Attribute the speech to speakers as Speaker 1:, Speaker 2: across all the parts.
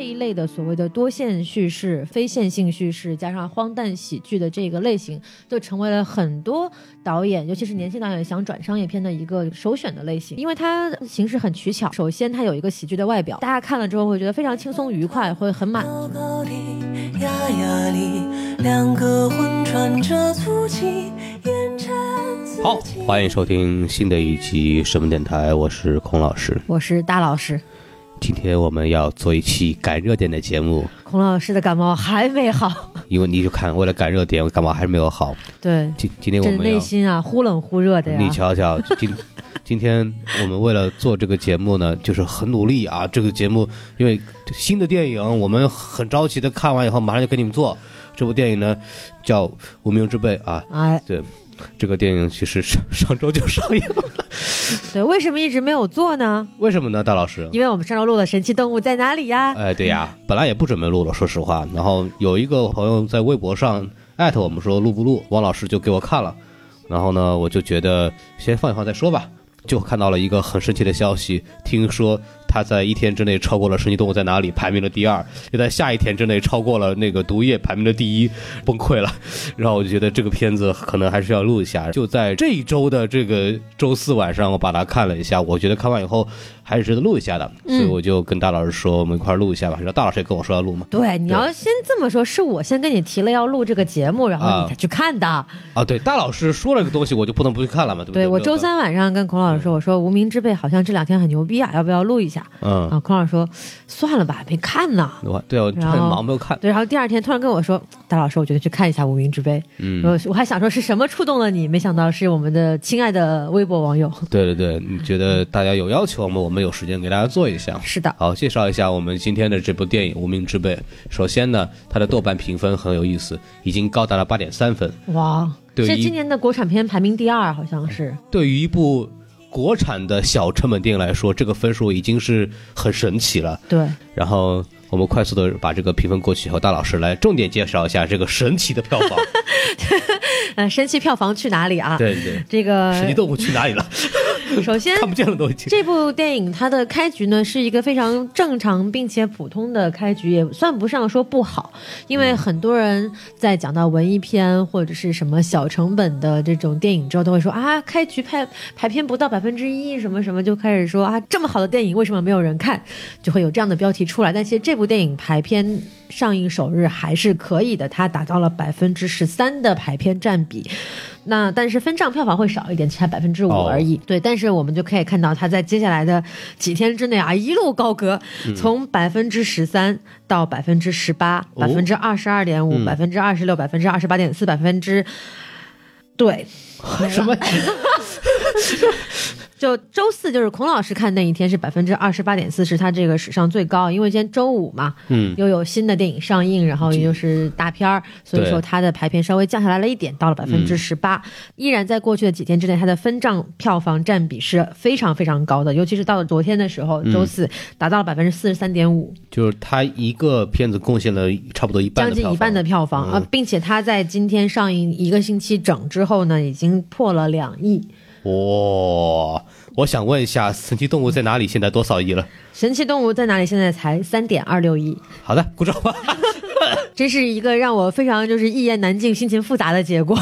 Speaker 1: 一类的所谓的多线叙事、非线性叙事，加上荒诞喜剧的这个类型，就成为了很多导演，尤其是年轻导演想转商业片的一个首选的类型，因为它形式很取巧。首先，它有一个喜剧的外表，大家看了之后会觉得非常轻松愉快，会很满
Speaker 2: 高高里，压压里，两个魂穿着粗气，眼馋自己
Speaker 3: 好，欢迎收听新的一期什么电台，我是孔老师。
Speaker 1: 我是大老师，
Speaker 3: 今天我们要做一期赶热点的节目，
Speaker 1: 孔老师的感冒还没好，
Speaker 3: 因为你就看为了赶热点，我感冒还是没有好。
Speaker 1: 对，
Speaker 3: 今今天
Speaker 1: 这
Speaker 3: 我们
Speaker 1: 内
Speaker 3: 要，
Speaker 1: 心啊忽冷忽热的呀
Speaker 3: 你。瞧瞧，今今天我们为了做这个节目呢，就是很努力啊。这个节目因为新的电影，我们很着急的看完以后，马上就给你们做。这部电影呢叫《无名之辈》啊，
Speaker 1: 哎，
Speaker 3: 这个电影其实上上周就上映了，
Speaker 1: 对，为什么一直没有做呢？
Speaker 3: 为什么呢，大老师？
Speaker 1: 因为我们上周录的《神奇动物在哪里》呀，
Speaker 3: 哎，对呀，本来也不准备录了，说实话。然后有一个朋友在微博上艾特我们说录不录，王老师就给我看了。然后呢，我就觉得先放一放再说吧。就看到了一个很神奇的消息，听说他在一天之内超过了《神奇动物在哪里》，排名了第二，又在下一天之内超过了那个《毒液》，排名了第一，崩溃了。然后我就觉得这个片子可能还是要录一下。就在这一周的这个周四晚上，我把它看了一下，我觉得看完以后还是值得录一下的，
Speaker 1: 嗯
Speaker 3: 所以我就跟大老师说，我们一块儿录一下吧。然后大老师也跟我说要录嘛。
Speaker 1: 对，你要先这么说，是我先跟你提了要录这个节目，然后
Speaker 3: 啊
Speaker 1: 你才去看的。
Speaker 3: 啊，对，大老师说了个东西，我就不能不去看了嘛，对不
Speaker 1: 对
Speaker 3: 对
Speaker 1: 我周，三晚上跟孔老师说，我说《无名之辈》好像这两天很牛逼啊，要不要录一下？
Speaker 3: 嗯，
Speaker 1: 啊，孔老师说算了吧，没看呢。
Speaker 3: 我对我很
Speaker 1: 然后
Speaker 3: 忙没有看，
Speaker 1: 对，然后第二天突然跟我说，大老师，我觉得去看一下《无名之辈》。
Speaker 3: 嗯，
Speaker 1: 我我还想说是什么触动了你，没想到是我们的亲爱的微博网友。
Speaker 3: 对对对，你觉得大家有要求吗？我们有时间给大家做一下。
Speaker 1: 是的，
Speaker 3: 好，介绍一下我们今天的这部电影《无名之辈》。首先呢，它的豆瓣评分很有意思，已经高达了八点三分。
Speaker 1: 哇，
Speaker 3: 对
Speaker 1: 是
Speaker 3: 一
Speaker 1: 今年的国产片排名第二，好像是。
Speaker 3: 对于一部国产的小成本电影来说，这个分数已经是很神奇了。
Speaker 1: 对，
Speaker 3: 然后我们快速的把这个评分过去以后，大老师来重点介绍一下这个神奇的票房。
Speaker 1: 呃，神奇票房去哪里啊？
Speaker 3: 对对，
Speaker 1: 这个
Speaker 3: 神奇动物去哪里了？
Speaker 1: 首先
Speaker 3: 看不见了都已经。
Speaker 1: 这部电影它的开局呢是一个非常正常并且普通的开局，也算不上说不好，因为很多人在讲到文艺片或者是什么小成本的这种电影之后，都会说啊，开局排排片不到百分之一什么什么，就开始说啊，这么好的电影为什么没有人看，就会有这样的标题出来。但其实这部电影排片。上映首日还是可以的，它达到了百分之十三的排片占比，那但是分账票房会少一点，才百分之五
Speaker 3: 哦
Speaker 1: 而已。对，但是我们就可以看到，它在接下来的几天之内啊，一路高歌，从百分之十三到百分之十八、
Speaker 3: 哦
Speaker 1: 百分之二十二点五、百分之二十六、百分之二十八点四、百分之对。
Speaker 3: 什么？
Speaker 1: 就周四，就是孔老师看那一天是百分之二十八点四，是他这个史上最高，因为今天周五嘛，
Speaker 3: 嗯，
Speaker 1: 又有新的电影上映，然后又是大片儿，所以
Speaker 3: 对嗯
Speaker 1: 说它的排片稍微降下来了一点，到了百分之十八。依然在过去的几天之内，它的分账票房占比是非常非常高的，尤其是到了昨天的时
Speaker 3: 嗯
Speaker 1: 候，周四达到了百分之四十三点五，
Speaker 3: 就是他一个片子贡献了差不多一半
Speaker 1: 将
Speaker 3: 的票
Speaker 1: 近
Speaker 3: 房，嗯
Speaker 1: 一半的票房啊、并且它在今天上映一个星期整之后呢，已经破了两亿。
Speaker 3: 哇、我想问一下，《神奇动物在哪里》现在多少亿了？
Speaker 1: 神奇动物在哪里？现在才三点二六亿，
Speaker 3: 好的，鼓掌 吧。
Speaker 1: 这是一个让我非常就是一言难尽、心情复杂的结果。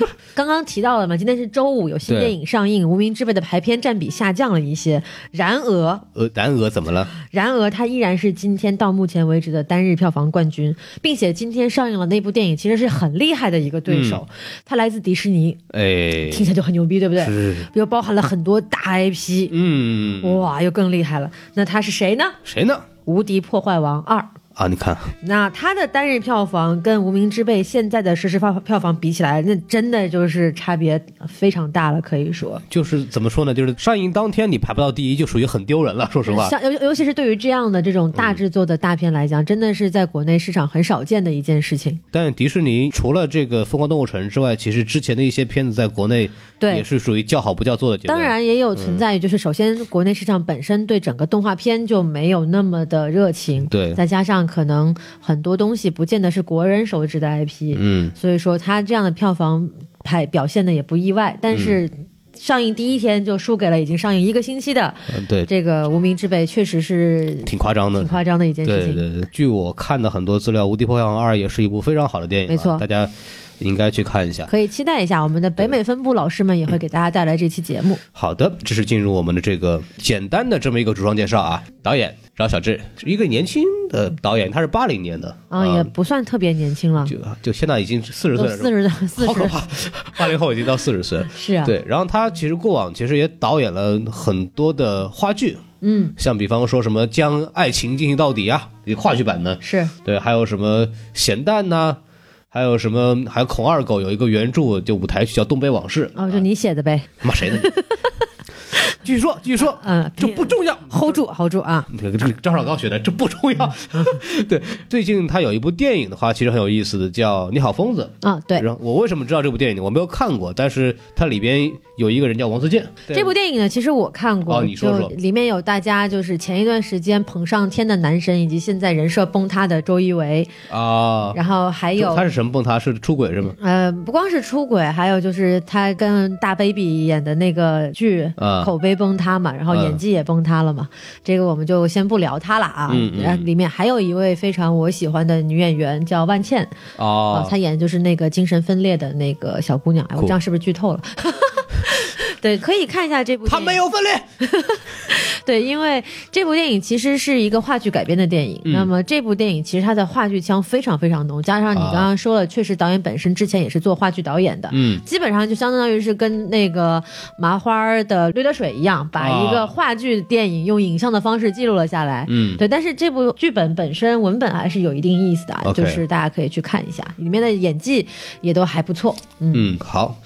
Speaker 3: 嗯
Speaker 1: 刚刚提到了嘛，今天是周五，有新
Speaker 3: 对
Speaker 1: 电影上映，《无名之辈》的排片占比下降了一些。然而，
Speaker 3: 呃，然而怎么了？
Speaker 1: 然而它依然是今天到目前为止的单日票房冠军，并且今天上映了那部电影，其实是很厉害的一个对手，它来自迪士尼，
Speaker 3: 哎，
Speaker 1: 听起来就很牛逼，对不对？
Speaker 3: 嗯是，
Speaker 1: 又包含了很多大 IP，、
Speaker 3: 嗯，
Speaker 1: 哇，又更厉害了。那他是谁呢？《
Speaker 3: 谁呢？
Speaker 1: 无敌破坏王二》。
Speaker 3: 啊，你看，
Speaker 1: 那它的单日票房跟《无名之辈》现在的实时票票房比起来，那真的就是差别非常大了，可以说。
Speaker 3: 就是怎么说呢？就是上映当天你排不到第一，就属于很丢
Speaker 1: 啊
Speaker 3: 人了。说实话，嗯
Speaker 1: 像尤尤其是对于这样的这种大制作的大片来讲，真的是在国内市场很少见的一件事情。
Speaker 3: 但迪士尼除了这个《疯狂动物城》之外，其实之前的一些片子在国内
Speaker 1: 对
Speaker 3: 也是属于叫好不叫座的嗯阶段。
Speaker 1: 当，然也有存在于，就是首先国内市场本身对整个动画片就没有那么的热情，
Speaker 3: 对
Speaker 1: 再加上可能很多东西不见得是国人熟知的 IP，
Speaker 3: 嗯，
Speaker 1: 所以说它这样的票房排表现的也不意外，但是。上映第一天就输给了已经上映一个星期的
Speaker 3: 嗯对，
Speaker 1: 这个《无名之辈》，确实是
Speaker 3: 挺夸张的
Speaker 1: 挺。夸张的一件事
Speaker 3: 对
Speaker 1: 情。
Speaker 3: 对，对据我看的很多资料，《无敌破坏王二》也是一部非常好的电影啊，
Speaker 1: 没错
Speaker 3: 大家应该去看一下。
Speaker 1: 可以期待一下，我们的北美分部老师们也会给大家带来这期节目。
Speaker 3: 好的，这是进入我们的这个简单的这么一个主创介绍啊。导演饶晓志是一个年轻的导演，他是八零年的
Speaker 1: 啊，也不算特别年轻了，
Speaker 3: 就就现在已经四十
Speaker 1: 都
Speaker 3: 岁了，
Speaker 1: 四十四
Speaker 3: 好可
Speaker 1: 十
Speaker 3: 怕，八零后已经到四十岁了。
Speaker 1: 是啊，
Speaker 3: 对，然后他其实过往其实也导演了很多的话剧，
Speaker 1: 嗯，
Speaker 3: 像比方说什么《将爱情进行到底》啊，一个话剧版的，
Speaker 1: 是
Speaker 3: 对，还有什么《咸蛋》呐，还有什么，还有孔二狗有一个原著就舞台剧叫《东北往事》，
Speaker 1: 哦，就你写的呗，
Speaker 3: 骂谁 呢？继续说，继续说，
Speaker 1: 嗯
Speaker 3: 这不重 要。
Speaker 1: ，hold 住，hold 住啊，
Speaker 3: 这个这个张绍刚学的，这不重要。 对，最近他有一部电影的话，其实很有意思的，叫《你好，疯子》。
Speaker 1: 啊，对，
Speaker 3: 然后我为什么知道这部电影呢？我没有看过，但是它里边有一个人叫王自健。
Speaker 1: 这部电影呢，其实我看过，
Speaker 3: 哦你说说
Speaker 1: 就里面有大家就是前一段时间捧上天的男神，以及现在人设崩塌的周一围，
Speaker 3: 啊，
Speaker 1: 然后还有
Speaker 3: 他是什么蹦？他是出轨是吗？
Speaker 1: 呃，不光是出轨，还有就是他跟大 baby 演的那个剧、
Speaker 3: 啊
Speaker 1: 口碑崩塌嘛，然后演技也崩塌了嘛，这个我们就先不聊他了啊。
Speaker 3: 嗯嗯
Speaker 1: 然后里面还有一位非常我喜欢的女演员叫万茜啊、
Speaker 3: 啊
Speaker 1: 她演的就是那个精神分裂的那个小姑娘。哎，我
Speaker 3: 酷
Speaker 1: 这样是不是剧透了？ 对，可以看一下这部。
Speaker 3: 他没。有分裂。
Speaker 1: 对，因为这部电影其实是一个话剧改编的电影。
Speaker 3: 嗯
Speaker 1: 那么这部电影其实它的话剧腔非常非常浓，加上你
Speaker 3: 啊
Speaker 1: 刚刚说了，确实导演本身之前也是做话剧导演的。
Speaker 3: 嗯，
Speaker 1: 基本上就相当于是跟那个麻花儿的《驴得水》一样，把一个话剧电影用影像的方式记录了下来。
Speaker 3: 啊嗯
Speaker 1: 对。但是这部剧本本身文本还是有一定意思的啊，
Speaker 3: OK
Speaker 1: 就是大家可以去看一下，里面的演技也都还不错。嗯，
Speaker 3: 嗯，好，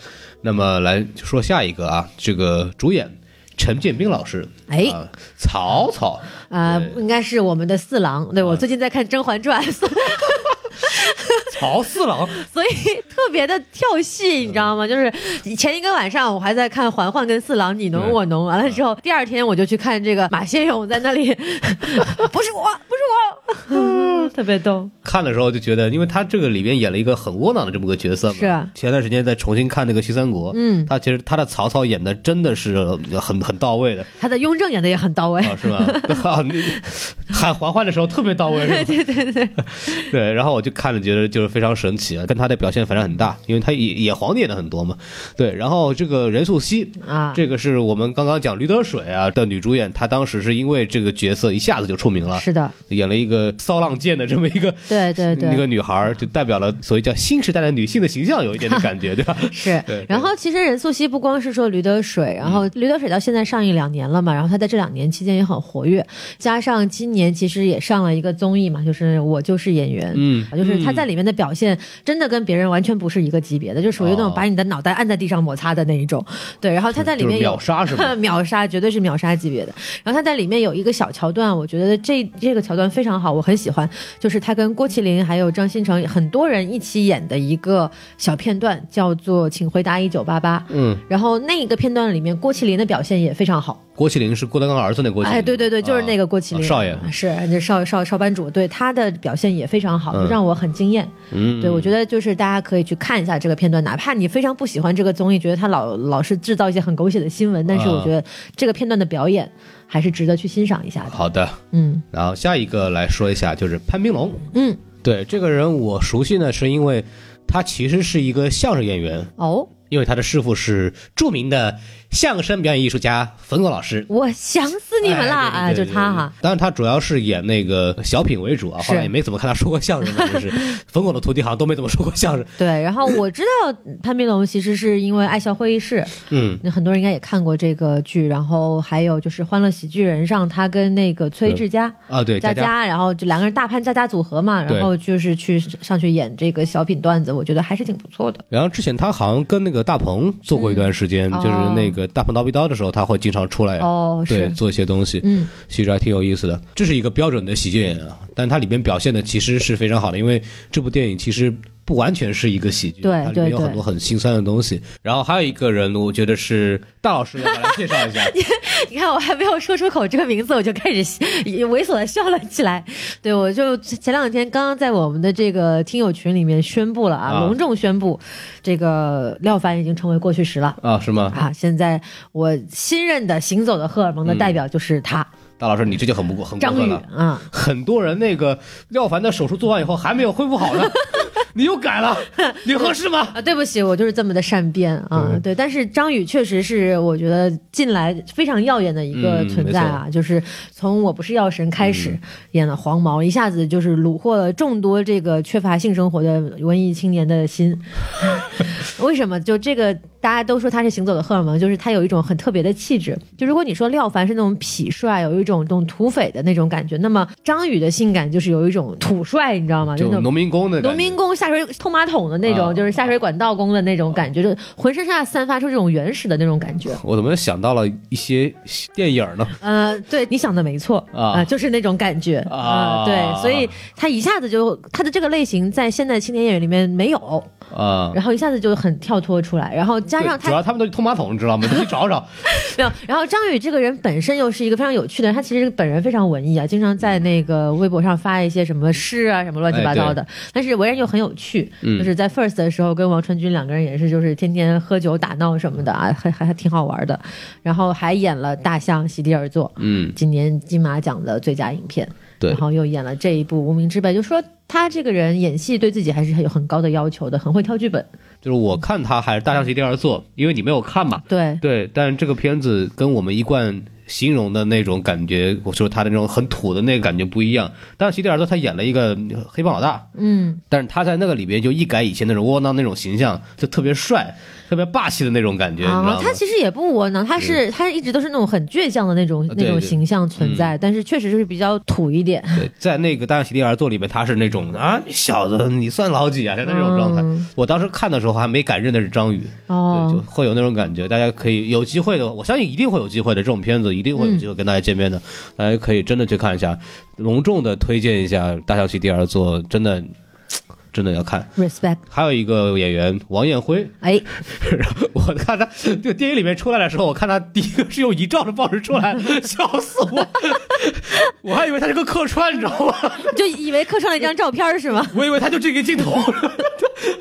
Speaker 3: 那么来说下一个啊，这个主演陈建斌老师，
Speaker 1: 哎
Speaker 3: 啊曹操，
Speaker 1: 啊，
Speaker 3: 对啊
Speaker 1: 应该是我们的四郎。对我最近在看《甄嬛传》，
Speaker 3: 曹四郎，
Speaker 1: 所以 特别的跳戏，你知道吗？就是前一个晚上我还在看环环跟四郎你侬我侬，
Speaker 3: 嗯
Speaker 1: 完了之后第二天我就去看这个马先勇在那里，不 是我，不是我，嗯 特别逗。
Speaker 3: 看的时候就觉得，因为他这个里边演了一个很窝囊的这么个角色嘛。
Speaker 1: 是啊
Speaker 3: 前段时间在重新看那个《西三国》，
Speaker 1: 嗯
Speaker 3: 他其实他的曹操演的真的是很很 到位的，
Speaker 1: 他的雍正演的也很到位，
Speaker 3: 啊，是 吗？啊，你喊嬛嬛的时候特别到位，是 吧？
Speaker 1: 对对对，
Speaker 3: 对，然后我就看了，觉得就是非常神奇啊，跟他的表现反差很大，因为他也也皇帝演的很多嘛。对，然后这个任素汐
Speaker 1: 啊
Speaker 3: 这个是我们刚刚讲《驴得水啊》的女主演，她当时是因为这个角色一下子就出名了，
Speaker 1: 是的，
Speaker 3: 演了一个骚浪贱的这么一个。
Speaker 1: 对对对，
Speaker 3: 一个女孩儿就代表了所谓叫新时代的女性的形象，有一点的 感觉，对吧？
Speaker 1: 是
Speaker 3: 对对，嗯
Speaker 1: 然后其实任素汐不光是说《驴得水》，然后《驴得水》到现在上映两年了嘛，然后她在这两年期间也很活跃，加上今年其实也上了一个综艺嘛，就是《我就是演员》，啊
Speaker 3: 嗯
Speaker 1: 就是她在里面的表现真的跟别人完全不是一个级别的，就属于那种
Speaker 3: 哦
Speaker 1: 把你的脑袋按在地上摩擦的那一种。对，然后她在里面
Speaker 3: 就是
Speaker 1: 有
Speaker 3: 秒杀是吗
Speaker 1: 秒杀绝对是秒杀级别的。然后她在里面有一个小桥段，我觉得这这个桥段非常好，我很喜欢，就是她跟郭麒麟还有张新成很多人一起演的一个小片段，叫做《请回答一九八八》。
Speaker 3: 嗯，
Speaker 1: 然后那一个片段里面，郭麒麟的表现也非常好。
Speaker 3: 郭麒麟是郭德纲儿子那郭麒麟，
Speaker 1: 哎，对对对，就是那个郭
Speaker 3: 啊
Speaker 1: 麒麟、
Speaker 3: 啊少爷，
Speaker 1: 是这少少少班主，对他的表现也非常好，
Speaker 3: 嗯
Speaker 1: 让我很惊艳。
Speaker 3: 嗯，
Speaker 1: 对我觉得就是大家可以去看一下这个片段，哪怕你非常不喜欢这个综艺，觉得他老老是制造一些很狗血的新闻，但是我
Speaker 3: 啊
Speaker 1: 觉得这个片段的表演还是值得去欣赏一下的。
Speaker 3: 好的，
Speaker 1: 嗯
Speaker 3: 然后下一个来说一下，就是潘斌龙。
Speaker 1: 嗯，
Speaker 3: 对这个人我熟悉呢，是因为他其实是一个相声演员，
Speaker 1: 哦，
Speaker 3: 因为他的师傅是著名的相声表演艺术家冯巩老师。
Speaker 1: 我想死你们啦！
Speaker 3: 哎，
Speaker 1: 哎，
Speaker 3: 对
Speaker 1: 就
Speaker 3: 对对对
Speaker 1: 他哈，
Speaker 3: 当然他主要是演那个小品为主啊，
Speaker 1: 是
Speaker 3: 后来也没怎么看他说过相声了，就是冯巩的徒弟好像都没怎么说过相声。
Speaker 1: 对。然后我知道潘斌龙其实是因为《爱笑会议室》，
Speaker 3: 嗯，
Speaker 1: 那很多人应该也看过这个剧，然后还有就是《欢乐喜剧人》上，他跟那个崔智佳、
Speaker 3: 啊对，
Speaker 1: 佳
Speaker 3: 佳佳，
Speaker 1: 佳，然后就两个人大潘佳佳组合嘛，
Speaker 3: 对
Speaker 1: 然后就是去上去演这个小品段子，我觉得还是挺不错的。
Speaker 3: 然后之前他好像跟那个大鹏做过一段时间，
Speaker 1: 嗯
Speaker 3: 就是
Speaker 1: 哦
Speaker 3: 那个大鹏叨逼叨的时候，他会经常出来
Speaker 1: 哦，
Speaker 3: 哎对
Speaker 1: 是，
Speaker 3: 做一些东西。
Speaker 1: 嗯，
Speaker 3: 其实还挺有意思的。这是一个标准的喜剧演员啊，但他里边表现的其实是非常好的，因为这部电影其实不完全是一个喜剧，
Speaker 1: 对
Speaker 3: 它里面
Speaker 1: 对
Speaker 3: 有很多很心酸的东西。然后还有一个人，我觉得是大老师，要不要来介绍 一下。
Speaker 1: 你看，我还没有说出口这个名字，我就开始笑猥琐的笑了起来。对，我就前两天刚刚在我们的这个听友群里面宣布了啊，
Speaker 3: 啊
Speaker 1: 隆重宣布，这个廖凡已经成为过去时了。
Speaker 3: 啊，嗯是吗？
Speaker 1: 啊！现在我新任的行走的荷尔蒙的代表就是他，
Speaker 3: 大老师，你这就很不过很过
Speaker 1: 张
Speaker 3: 分
Speaker 1: 宇
Speaker 3: 嗯了。
Speaker 1: 啊、
Speaker 3: 很多人那个廖凡的手术做完以后还没有恢复好 呢，你又改了，你合适吗？
Speaker 1: 啊！对不起，我就是这么的善变啊。对，但是张宇确实是我觉得近来非常耀眼的一个
Speaker 3: 嗯
Speaker 1: 存在啊，就是从《我不是药神》开始、演了黄毛，一下子就是虏获了众多这个缺乏性生活的文艺青年的心。为什么？就这个，大家都说他是行走的荷尔蒙，就是他有一种很特别的气质。就如果你说廖凡是那种痞帅，有一种这种土匪的那种感觉，那么张宇的性感就是有一种土帅，你知道吗？
Speaker 3: 就
Speaker 1: 那种
Speaker 3: 农民工的感
Speaker 1: 农
Speaker 3: 觉
Speaker 1: 民工下水通马桶的那种，
Speaker 3: 啊
Speaker 1: 就是下水管道工的那种感觉，就浑身上下散发出这种原始的那种感觉。
Speaker 3: 我怎么想到了一些电影呢？
Speaker 1: 呃，对，你想的没错
Speaker 3: 啊
Speaker 1: 呃就是那种感觉呃
Speaker 3: 啊
Speaker 1: 对，所以他一下子就他的这个类型在现代青年演员里面没有，
Speaker 3: 啊，
Speaker 1: 然后一下子就很跳脱出来，然后加上
Speaker 3: 对
Speaker 1: 他
Speaker 3: 主要他们都是通马桶，你知道吗？你去找找。
Speaker 1: 没有，然后张宇这个人本身又是一个非常有趣的人，他其实本人非常文艺啊，经常在那个微博上发一些什么诗啊，什么乱七八糟的。但是为人又很有趣，就是在 First 的时候跟王传君两个人也是，就是天天喝酒打闹什么的啊，还还还挺好玩的。然后还演了《大象席地而坐》，
Speaker 3: 嗯，
Speaker 1: 今年金马奖的最佳影片。
Speaker 3: 对
Speaker 1: 然后又演了这一部《无名之辈》，就说他这个人演戏对自己还是很有很高的要求的，很会挑剧本。
Speaker 3: 就是我看他还是大象席地而坐，因为你没有看嘛。
Speaker 1: 对，
Speaker 3: 对，但这个片子跟我们一贯形容的那种感觉，我说他的那种很土的那个感觉不一样。但是席地而坐他演了一个黑帮老大，
Speaker 1: 嗯，
Speaker 3: 但是他在那个里边就一改以前那种窝囊那种形象，就特别帅、特别霸气的那种感觉，你知
Speaker 1: 啊
Speaker 3: 道，吗嗯
Speaker 1: 他？其实也不窝囊，他是他一直都是那种很倔强的那种
Speaker 3: 啊对
Speaker 1: 那种
Speaker 3: 对嗯
Speaker 1: 形象存在，但是确实是比较土一 点。
Speaker 3: 对，在那个《大象席地而坐》里面，他是那种啊，你小子你算老几啊？他那种状态。
Speaker 1: 嗯
Speaker 3: 我当时看的时候还没敢认的是张宇，对，就
Speaker 1: 哦，
Speaker 3: 会有那种感觉。大家可以有机会的，我相信一定会有机会的。这种片子一定会有机会跟大家见面的，大家可以真的去看一下。隆重的推荐一下《大象席地而坐》，真的，真的要看。
Speaker 1: respect，
Speaker 3: 还有一个演员王彦辉，
Speaker 1: 哎，
Speaker 3: 然后我看他 这个电影里面出来的时候，我看他第一个是用遗照的方式出来，笑死我！ 我还以为他是个客串，你知道吗？
Speaker 1: 就以为客串了一张照片儿是吗？
Speaker 3: 我以为他就这个镜头，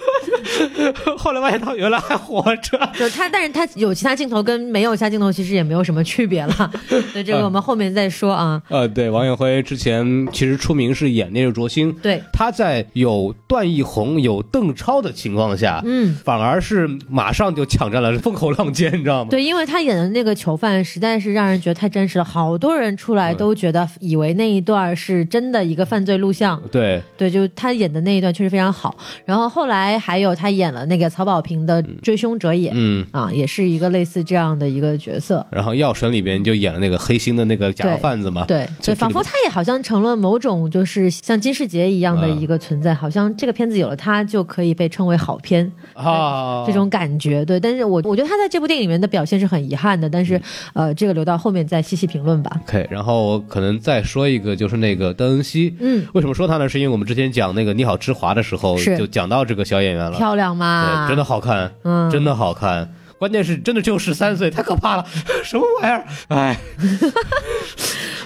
Speaker 3: 后来发现他原来还活着。
Speaker 1: 就他，但是他有其他镜头跟没有其他镜头其实也没有什么区别 了。对，这个我们后面再说啊。
Speaker 3: 呃，对，王彦辉之前其实出名是演《烈日灼心》，
Speaker 1: 对，
Speaker 3: 他在有段奕宏、有邓超的情况下，
Speaker 1: 嗯，
Speaker 3: 反而是马上就抢占了风口浪尖，你知道吗？
Speaker 1: 对，因为他演的那个囚犯实在是让人觉得太真实了，好多人出来都觉得以为那一段是真的一个犯罪录像。
Speaker 3: 对，
Speaker 1: 对，就是他演的那一段确实非常好。然后后来还有他演了那个曹保平的《追凶者也》
Speaker 3: 嗯。
Speaker 1: 啊，也是一个类似这样的一个角色。
Speaker 3: 然后《药神》里边就演了那个黑心的那个假
Speaker 1: 对
Speaker 3: 药贩子嘛，
Speaker 1: 对，
Speaker 3: 啊这
Speaker 1: 对，
Speaker 3: 这
Speaker 1: 仿
Speaker 3: 里
Speaker 1: 佛
Speaker 3: 面
Speaker 1: 他也好像成了某种就是像金世杰一样的
Speaker 3: 嗯
Speaker 1: 一个存在，好像这个片子有了他就可以被称为好片
Speaker 3: 啊
Speaker 1: 这种感觉。对，但是我我觉得他在这部电影里面的表现是很遗憾的，但是
Speaker 3: 嗯
Speaker 1: 呃，这个留到后面再细细评论吧。
Speaker 3: OK，然后我可能再说一个，就是那个邓恩熙。
Speaker 1: 嗯，
Speaker 3: 为什么说他呢？是因为我们之前讲那个《你好，之华》的时候，
Speaker 1: 是
Speaker 3: 就讲到这个小演员了。
Speaker 1: 漂亮嘛，
Speaker 3: 对，真的好看，
Speaker 1: 啊嗯
Speaker 3: 真的好看。关键是真的只有十三岁，太可怕了， 什么玩意儿？哎，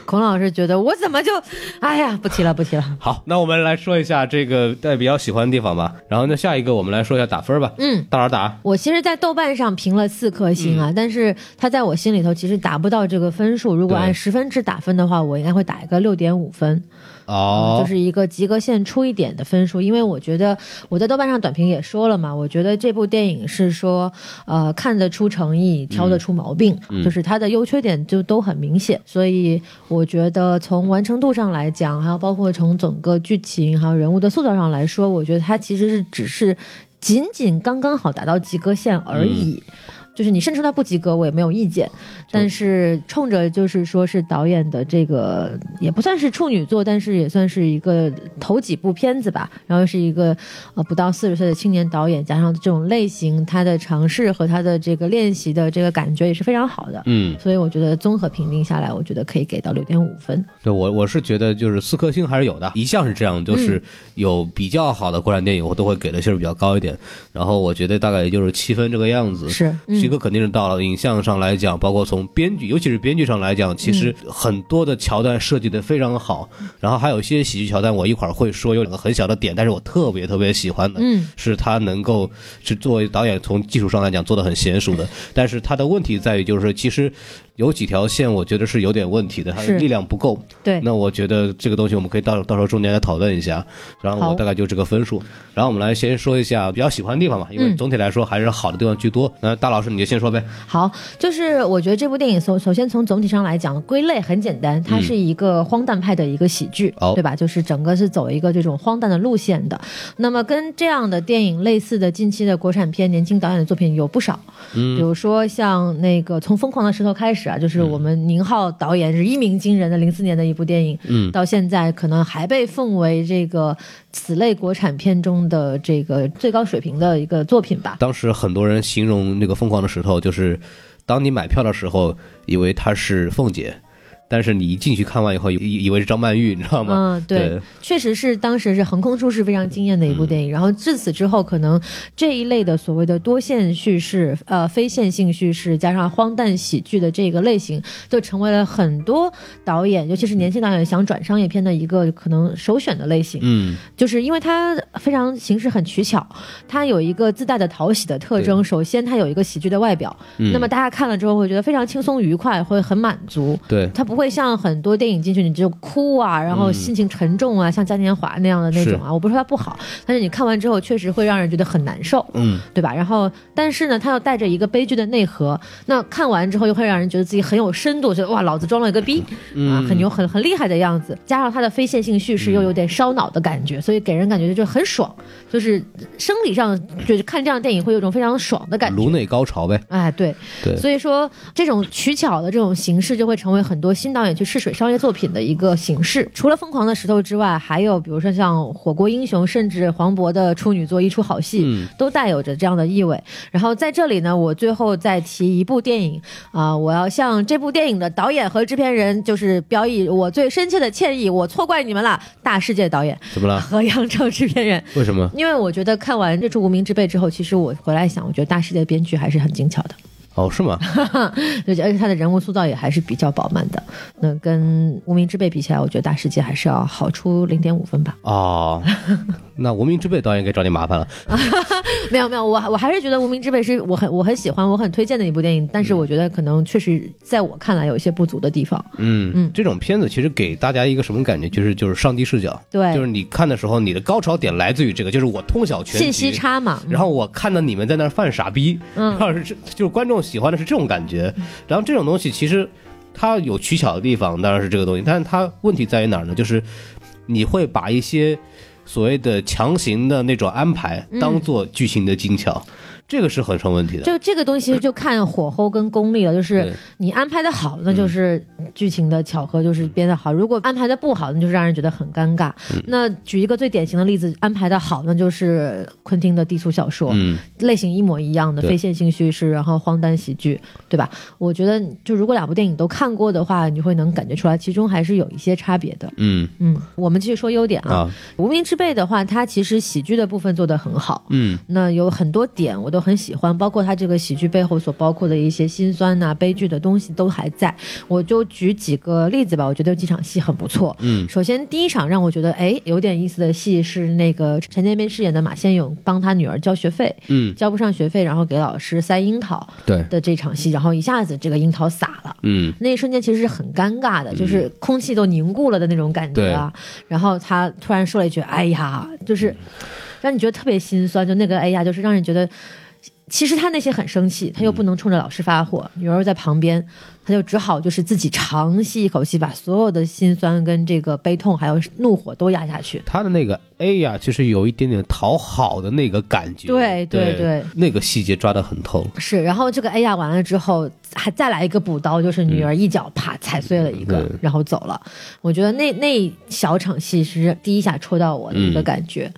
Speaker 1: 孔老师觉得我怎么就，哎呀，不提了，不提了。
Speaker 3: 好，那我们来说一下这个大家比较喜欢的地方吧。然后呢，下一个我们来说一下打分吧。
Speaker 1: 嗯，
Speaker 3: 大老师打
Speaker 1: 我其实，在豆瓣上评了四颗星啊，但是它在我心里头其实达不到这个分数。如果
Speaker 3: 对
Speaker 1: 按十分制打分的话，我应该会打一个六点五分，
Speaker 3: 哦
Speaker 1: 就，是一个及格线出一点的分数。因为我觉得我在豆瓣上短评也说了嘛，我觉得这部电影是说，呃，看得出诚意，挑得出毛病，就是它的优缺点就都很明显。所以我觉得从完成度上来讲，还有包括从整个剧情还有人物的塑造上来说，我觉得它其实是只是。仅仅刚刚好达到及格线而已，就是你甚至说它不及格，我也没有意见。但是冲着就是说是导演的这个也不算是处女作，但是也算是一个头几部片子吧。然后是一个呃不到四十岁的青年导演，加上这种类型，他的尝试和他的这个练习的这个感觉也是非常好的。
Speaker 3: 嗯，
Speaker 1: 所以我觉得综合评定下来，我觉得可以给到六点五分。
Speaker 3: 对我我是觉得就是四颗星还是有的，一向是这样，
Speaker 1: 嗯
Speaker 3: 就是有比较好的国产电影，我都会给的星儿比较高一点。然后我觉得大概也就是七分这个样子。
Speaker 1: 是嗯
Speaker 3: 七哥肯定是到了影像上来讲，包括从编剧，尤其是编剧上来
Speaker 1: 嗯
Speaker 3: 讲，其实很多的桥段设计的非常好。然后还有一些喜剧桥段，我一会儿会说有两个很小的点，但是我特别特别喜欢的，
Speaker 1: 嗯，
Speaker 3: 是他能够是作为导演从技术上来讲做的很娴
Speaker 1: 嗯
Speaker 3: 熟的。但是他的问题在于，就是说其实有几条线我觉得是有点问题的，他的
Speaker 1: 是
Speaker 3: 力量不够。
Speaker 1: 对，
Speaker 3: 那我觉得这个东西我们可以到到时候中间来讨论一下，然后我
Speaker 1: 好
Speaker 3: 大概就这个分数。然后我们来先说一下比较喜欢的地方吧，因为
Speaker 1: 嗯
Speaker 3: 总体来说还是好的地方居多。那大老师你就先说呗。
Speaker 1: 好，就是我觉得这部电影首首先从总体上来讲，归类很简单，它是一个荒诞派的一个喜剧，
Speaker 3: 哦
Speaker 1: 对吧？就是整个是走一个这种荒诞的路线的。那么跟这样的电影类似的，近期的国产片年轻导演的作品有不少，比如说像那个从《疯狂的石头》开始啊，就是我们宁浩导演是一鸣惊人的零四年的一部电影，嗯，到现在可能还被奉为这个此类国产片中的这个最高水平的一个作品吧。
Speaker 3: 当时很多人形容那个疯狂的石头，就是当你买票的时候，以为它是凤姐，但是你一进去看完以后，以以为是张曼玉，你知道吗？
Speaker 1: 嗯，对，
Speaker 3: 对
Speaker 1: 确实是当时是横空出世非常惊艳的一部电影。然后自此之后，可能这一类的所谓的多线叙事、呃非线性叙事，加上荒诞喜剧的这个类型，就成为了很多导演，尤其是年轻导演想转商业片的一个可能首选的类型。
Speaker 3: 嗯，
Speaker 1: 就是因为它非常形式很取巧，它有一个自带的讨喜的特征。首先，它有一个喜剧的外表，
Speaker 3: 嗯
Speaker 1: 那么大家看了之后会觉得非常轻松愉快，会很满足。
Speaker 3: 对，
Speaker 1: 它不会像很多电影进去你就哭啊，然后心情沉重啊，像嘉年华那样的那种啊。我不是说它不好，但是你看完之后确实会让人觉得很难受，
Speaker 3: 嗯，
Speaker 1: 对吧？然后，但是呢，它又带着一个悲剧的内核，那看完之后又会让人觉得自己很有深度，觉得哇，老子装了一个逼、啊，很牛很很厉害的样子。加上它的非线性叙事又有点烧脑的感觉，所以给人感觉就很爽，就是生理上就是看这样的电影会有一种非常爽的感觉
Speaker 3: 颅。内高潮呗。
Speaker 1: 哎，对，
Speaker 3: 对
Speaker 1: 所以说这种取巧的这种形式，就会成为很多新导演去试水商业作品的一个形式。除了《疯狂的石头》之外，还有比如说像《火锅英雄》，甚至黄渤的处女作《一出好戏》，都带有着这样的意味。然后在这里呢，我最后再提一部电影啊、我要向这部电影的导演和制片人就是表以我最深切的歉意，我错怪你们了，大世界导演
Speaker 3: 怎么了？
Speaker 1: 和杨超制片人。
Speaker 3: 为什么？
Speaker 1: 因为我觉得看完这出《无名之辈》之后，其实我回来想，我觉得大师的编剧还是很精巧的，
Speaker 3: 哦，是吗？
Speaker 1: 而且而且他的人物塑造也还是比较饱满的。那跟《无名之辈》比起来，我觉得大世界还是要好出零点五分吧。
Speaker 3: 哦，那无名之辈导演该找你麻烦了。
Speaker 1: 没有没有，我我还是觉得《无名之辈》是我很我很喜欢我很推荐的一部电影，但是我觉得可能确实在我看来有一些不足的地方。
Speaker 3: 嗯，这种片子其实给大家一个什么感觉？就是就是上帝视角，
Speaker 1: 对
Speaker 3: 就是你看的时候，你的高潮点来自于这个，就是我通晓全局
Speaker 1: 信息。差嘛，
Speaker 3: 然后我看到你们在那儿犯傻逼，
Speaker 1: 嗯
Speaker 3: 然后是这 就是观众喜欢的是这种感觉，然后这种东西其实它有取巧的地方，当然是这个东西，但是它问题在于哪儿呢？就是你会把一些所谓的强行的那种安排当做剧情的精巧，这个是很成问题的。
Speaker 1: 就嗯这个东西其实就看火候跟功力了，就是
Speaker 3: 对嗯
Speaker 1: 你安排的好，那就是剧情的巧合，就是编的好；如果安排的不好，那就是让人觉得很尴尬。
Speaker 3: 嗯
Speaker 1: 那举一个最典型的例子，安排的好，那就是昆汀的低俗小说，
Speaker 3: 嗯，
Speaker 1: 类型一模一样的
Speaker 3: 对
Speaker 1: 非线性叙事，然后荒诞喜剧，对吧？我觉得就如果两部电影都看过的话，你就会能感觉出来，其中还是有一些差别的。
Speaker 3: 嗯
Speaker 1: 嗯，我们继续说优点啊。
Speaker 3: 啊
Speaker 1: 无名之辈的话，它其实喜剧的部分做得很好，
Speaker 3: 嗯
Speaker 1: 那有很多点我都很喜欢，包括它这个喜剧背后所包括的一些辛酸呐、悲剧的东西都还在。我就举几个例子吧，我觉得有几场戏很不错。
Speaker 3: 嗯，
Speaker 1: 首先第一场让我觉得哎有点意思的戏是那个陈建斌饰演的马先勇帮他女儿交学费，
Speaker 3: 嗯，
Speaker 1: 交不上学费，然后给老师塞樱桃
Speaker 3: 对，
Speaker 1: 的这场戏，然后一下子这个樱桃洒了。
Speaker 3: 嗯
Speaker 1: 那一瞬间其实是很尴尬的，就是空气都凝固了的那种感觉啊。然后他突然说了一句“哎呀”，就是让你觉得特别心酸，就那个“哎呀”，就是让人觉得。其实他那些很生气，他又不能冲着老师发火，女儿在旁边，他就只好就是自己长吸一口气，把所有的心酸跟这个悲痛还有怒火都压下去。
Speaker 3: 他的那个 A 呀、其实有一点点讨好的那个感觉，
Speaker 1: 对
Speaker 3: 对
Speaker 1: 对对
Speaker 3: 那个细节抓得很透。
Speaker 1: 是，然后这个哎呀完了之后，还再来一个补刀，就是女儿一脚啪踩碎了一个，
Speaker 3: 嗯对
Speaker 1: 然后走了。我觉得那那一小场戏是第一下戳到我的一
Speaker 3: 嗯
Speaker 1: 个感觉，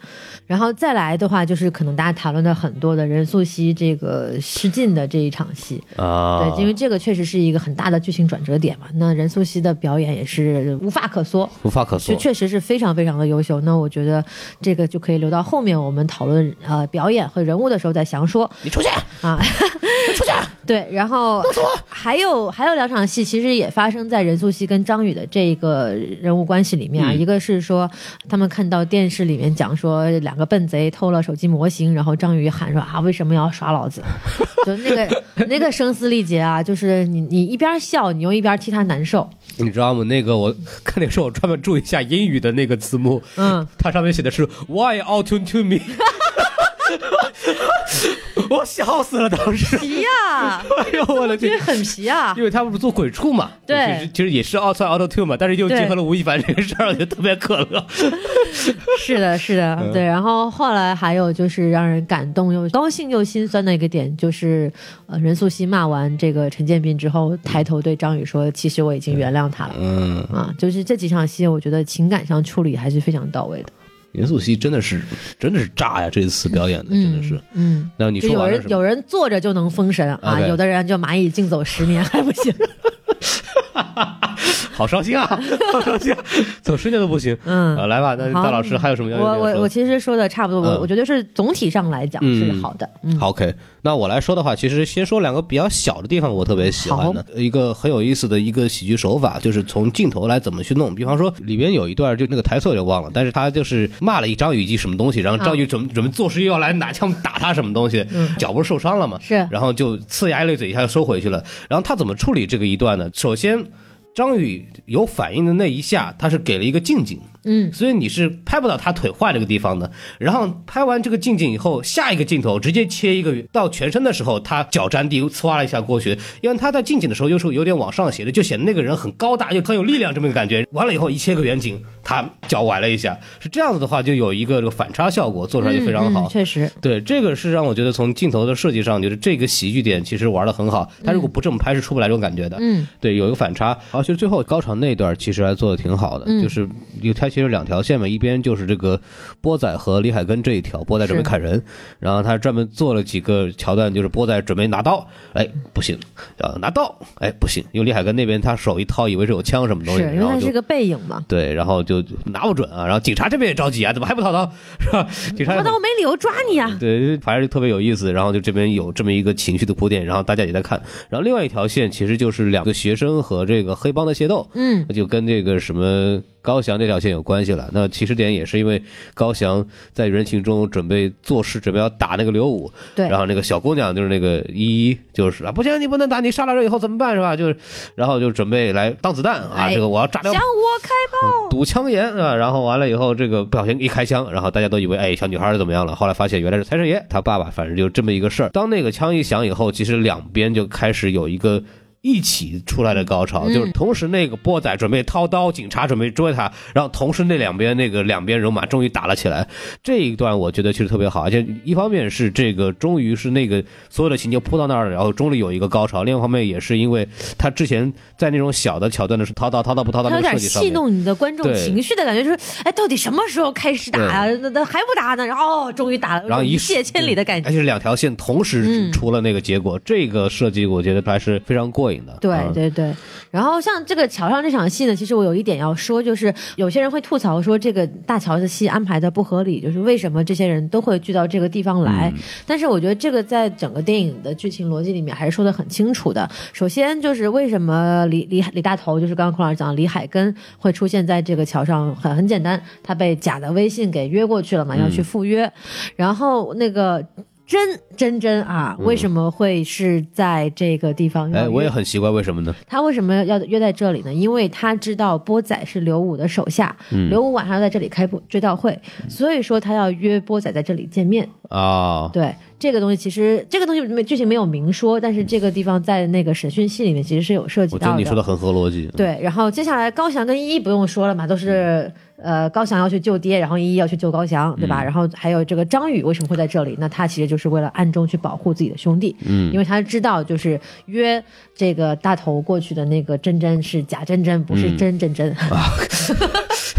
Speaker 1: 然后再来的话就是可能大家谈论的很多的任素汐这个失禁的这一场戏，
Speaker 3: 啊，
Speaker 1: 对，因为这个确实是一个很大的剧情转折点嘛。那任素汐的表演也是无话可说，
Speaker 3: 无话可
Speaker 1: 是
Speaker 3: 说。
Speaker 1: 确实是非常非常的优秀。那我觉得这个就可以留到后面我们讨论呃表演和人物的时候再详说
Speaker 3: 你出去，
Speaker 1: 啊。
Speaker 3: 你出去！
Speaker 1: 对，然后还有还有两场戏，其实也发生在任素汐跟张宇的这个人物关系里面啊。
Speaker 3: 嗯
Speaker 1: 一个是说他们看到电视里面讲说两个笨贼偷了手机模型，然后张宇喊说啊为什么要耍老子？ 就那个那个声嘶力竭啊，就是你你一边笑，你又一边替他难受。
Speaker 3: 你知道吗？那个我看那个时候，我专门注意一下英语的那个字幕，
Speaker 1: 嗯，
Speaker 3: 它上面写的是 “Why out to to me”，我笑死了，当时，
Speaker 1: 皮呀、
Speaker 3: 哎呦我的
Speaker 1: 这
Speaker 3: 天
Speaker 1: 个！很皮啊
Speaker 3: 因！为他们不是做鬼畜嘛，
Speaker 1: 对
Speaker 3: 其实其实也是 out o auto two 嘛，但是又
Speaker 1: 对
Speaker 3: 结合了吴亦凡这个事儿，我觉得特别可乐。
Speaker 1: 是的，是的，
Speaker 3: 嗯
Speaker 1: 对。然后后来还有就是让人感动又高兴又心酸的一个点，就是呃，任素汐骂完这个陈建斌之后，抬头对张宇说：“其实我已经原谅他了。
Speaker 3: 嗯，”
Speaker 1: 啊，就是这几场戏，我觉得情感上处理还是非常到位的。
Speaker 3: 严素汐真的是真的是炸呀，这次表演的真的是。
Speaker 1: 嗯，
Speaker 3: 那你
Speaker 1: 就
Speaker 3: 说
Speaker 1: 有
Speaker 3: 完了
Speaker 1: 人
Speaker 3: 是
Speaker 1: 有
Speaker 3: 吗？
Speaker 1: 人坐着就能封神啊，
Speaker 3: OK
Speaker 1: 有的人就蚂蚁竞走十年还不 行。
Speaker 3: 好伤心啊，好 伤心、啊，走十年都不行。
Speaker 1: 嗯
Speaker 3: 啊来吧，那
Speaker 1: 好
Speaker 3: 大老师还有什么要
Speaker 1: 我
Speaker 3: 要
Speaker 1: 我
Speaker 3: 说
Speaker 1: 我
Speaker 3: 的？
Speaker 1: 其实说的差不多，我、
Speaker 3: 嗯
Speaker 1: 我觉得是总体上来讲是
Speaker 3: 嗯
Speaker 1: 好的。嗯，
Speaker 3: 好，OK，那我来说的话，其实先说两个比较小的地方，我特别喜欢的一个很有意思的一个喜剧手法，就是从镜头来怎么去弄。比方说里边有一段，就那个台词我就忘了，但是他就是骂了一张宇一句什么东西，然后张
Speaker 1: 嗯
Speaker 3: 宇准准备做事又要来拿枪打他什么东西，脚不是受伤了嘛，
Speaker 1: 是
Speaker 3: 然后就呲牙咧嘴一下就收回去了。然后他怎么处理这个一段呢？首先。张宇有反应的那一下，他是给了一个近景，
Speaker 1: 嗯，
Speaker 3: 所以你是拍不到他腿坏这个地方的。然后拍完这个近景以后，下一个镜头直接切一个到全身的时候，他脚沾地，唰了一下过去。因为他在近景的时候又是有点往上斜的，就显得那个人很高大又很有力量这么一个感觉。完了以后一切个远景，他脚崴了一下，是这样子的话就有一个这个反差效果，做出来就非常
Speaker 1: 嗯
Speaker 3: 好。
Speaker 1: 嗯确实。
Speaker 3: 对，这个是让我觉得从镜头的设计上，就是这个喜剧点其实玩的很好。他如果不这么拍是出不来这种感觉的。
Speaker 1: 嗯，
Speaker 3: 对，有一个反差。而且最后高潮那段其实还做的挺好的，
Speaker 1: 嗯
Speaker 3: 就是有它其实两条线嘛，一边就是这个波仔和李海根这一条，波仔准备
Speaker 1: 是
Speaker 3: 砍人，然后他专门做了几个桥段，就是波仔准备拿刀，哎不行，啊拿刀，哎不行，因为李海根那边他手一掏，以为是有枪什么东西，
Speaker 1: 是因为
Speaker 3: 然后
Speaker 1: 它
Speaker 3: 就是
Speaker 1: 个背影嘛，
Speaker 3: 对，然后就拿不准啊，然后警察这边也着急啊，怎么还不掏刀？ 是吧？警察也
Speaker 1: 我
Speaker 3: 很
Speaker 1: 倒没理由抓你 啊。
Speaker 3: 对，反正就特别有意思。然后就这边有这么一个情绪的铺垫，然后大家也在看。然后另外一条线其实就是两个学生和这个黑帮的械斗，
Speaker 1: 嗯，
Speaker 3: 那就跟这个什么高翔这条线有关系了。那起始点也是因为高翔在人群中准备做事，准备要打那个刘武，
Speaker 1: 对
Speaker 3: 然后那个小姑娘就是那个依依，就是啊，不行，你不能打，你杀了人以后怎么办是吧？就是，然后就准备来当子弹啊，
Speaker 1: 哎
Speaker 3: 这个我要炸掉
Speaker 1: 向我开炮！
Speaker 3: 堵枪眼啊，然后完了以后，这个不小心一开枪，然后大家都以为哎小女孩怎么样了，后来发现原来是财神爷他爸爸，反正就这么一个事儿。当那个枪一响以后，其实两边就开始有一个。一起出来的高潮，
Speaker 1: 嗯
Speaker 3: 就是同时那个波仔准备掏刀，警察准备追他，然后同时那两边那个两边人马终于打了起来。这一段我觉得其实特别好，而且一方面是这个终于是那个所有的情节铺到那儿了，然后终于有一个高潮；另一方面也是因为他之前在那种小的桥段的时候掏刀掏刀不掏刀
Speaker 1: 他
Speaker 3: 哦那
Speaker 1: 有
Speaker 3: 个
Speaker 1: 点
Speaker 3: 设计上
Speaker 1: 戏
Speaker 3: 面，
Speaker 1: 弄你的观众
Speaker 3: 对
Speaker 1: 情绪的感觉，就是哎，到底什么时候开始打呀、那那还不打呢？然后哦，终于打了，
Speaker 3: 然后
Speaker 1: 一
Speaker 3: 一
Speaker 1: 泻千里的感觉。嗯
Speaker 3: 而且是两条线同时出了那个结果，这个设计我觉得还是非常过瘾的。
Speaker 1: 对
Speaker 3: 嗯
Speaker 1: 对对，然后像这个桥上这场戏呢，其实我有一点要说，就是有些人会吐槽说这个大桥的戏安排的不合理，就是为什么这些人都会聚到这个地方来？
Speaker 3: 嗯
Speaker 1: 但是我觉得这个在整个电影的剧情逻辑里面还是说的很清楚的。首先就是为什么李李李大头，就是刚刚孔老师讲的李海根会出现在这个桥上，很
Speaker 3: 嗯
Speaker 1: 很简单，他被假的微信给约过去了嘛，要去赴约，然后那个。真真真啊，为什么会是在这个地方？
Speaker 3: 嗯哎，我也很奇怪，为什么呢？
Speaker 1: 他为什么要约在这里呢？因为他知道波仔是刘武的手下，
Speaker 3: 嗯
Speaker 1: 刘武晚上要在这里开追悼会，所以说他要约波仔在这里见面。
Speaker 3: 啊，
Speaker 1: 对这个东西，其实这个东西没剧情没有明说，但是这个地方在那个审讯戏里面其实是有涉及
Speaker 3: 我觉
Speaker 1: 到
Speaker 3: 得你说
Speaker 1: 的。
Speaker 3: 的很合逻辑。
Speaker 1: 对，然后接下来高翔跟依依不用说了嘛，都是呃高翔要去救爹，然后依依要去救高翔，对吧？然后还有这个张宇为什么会在这里？那他其实就是为了暗中去保护自己的兄弟，嗯，因为他知道就是约这个大头过去的那个真真是假真真，不是真真真。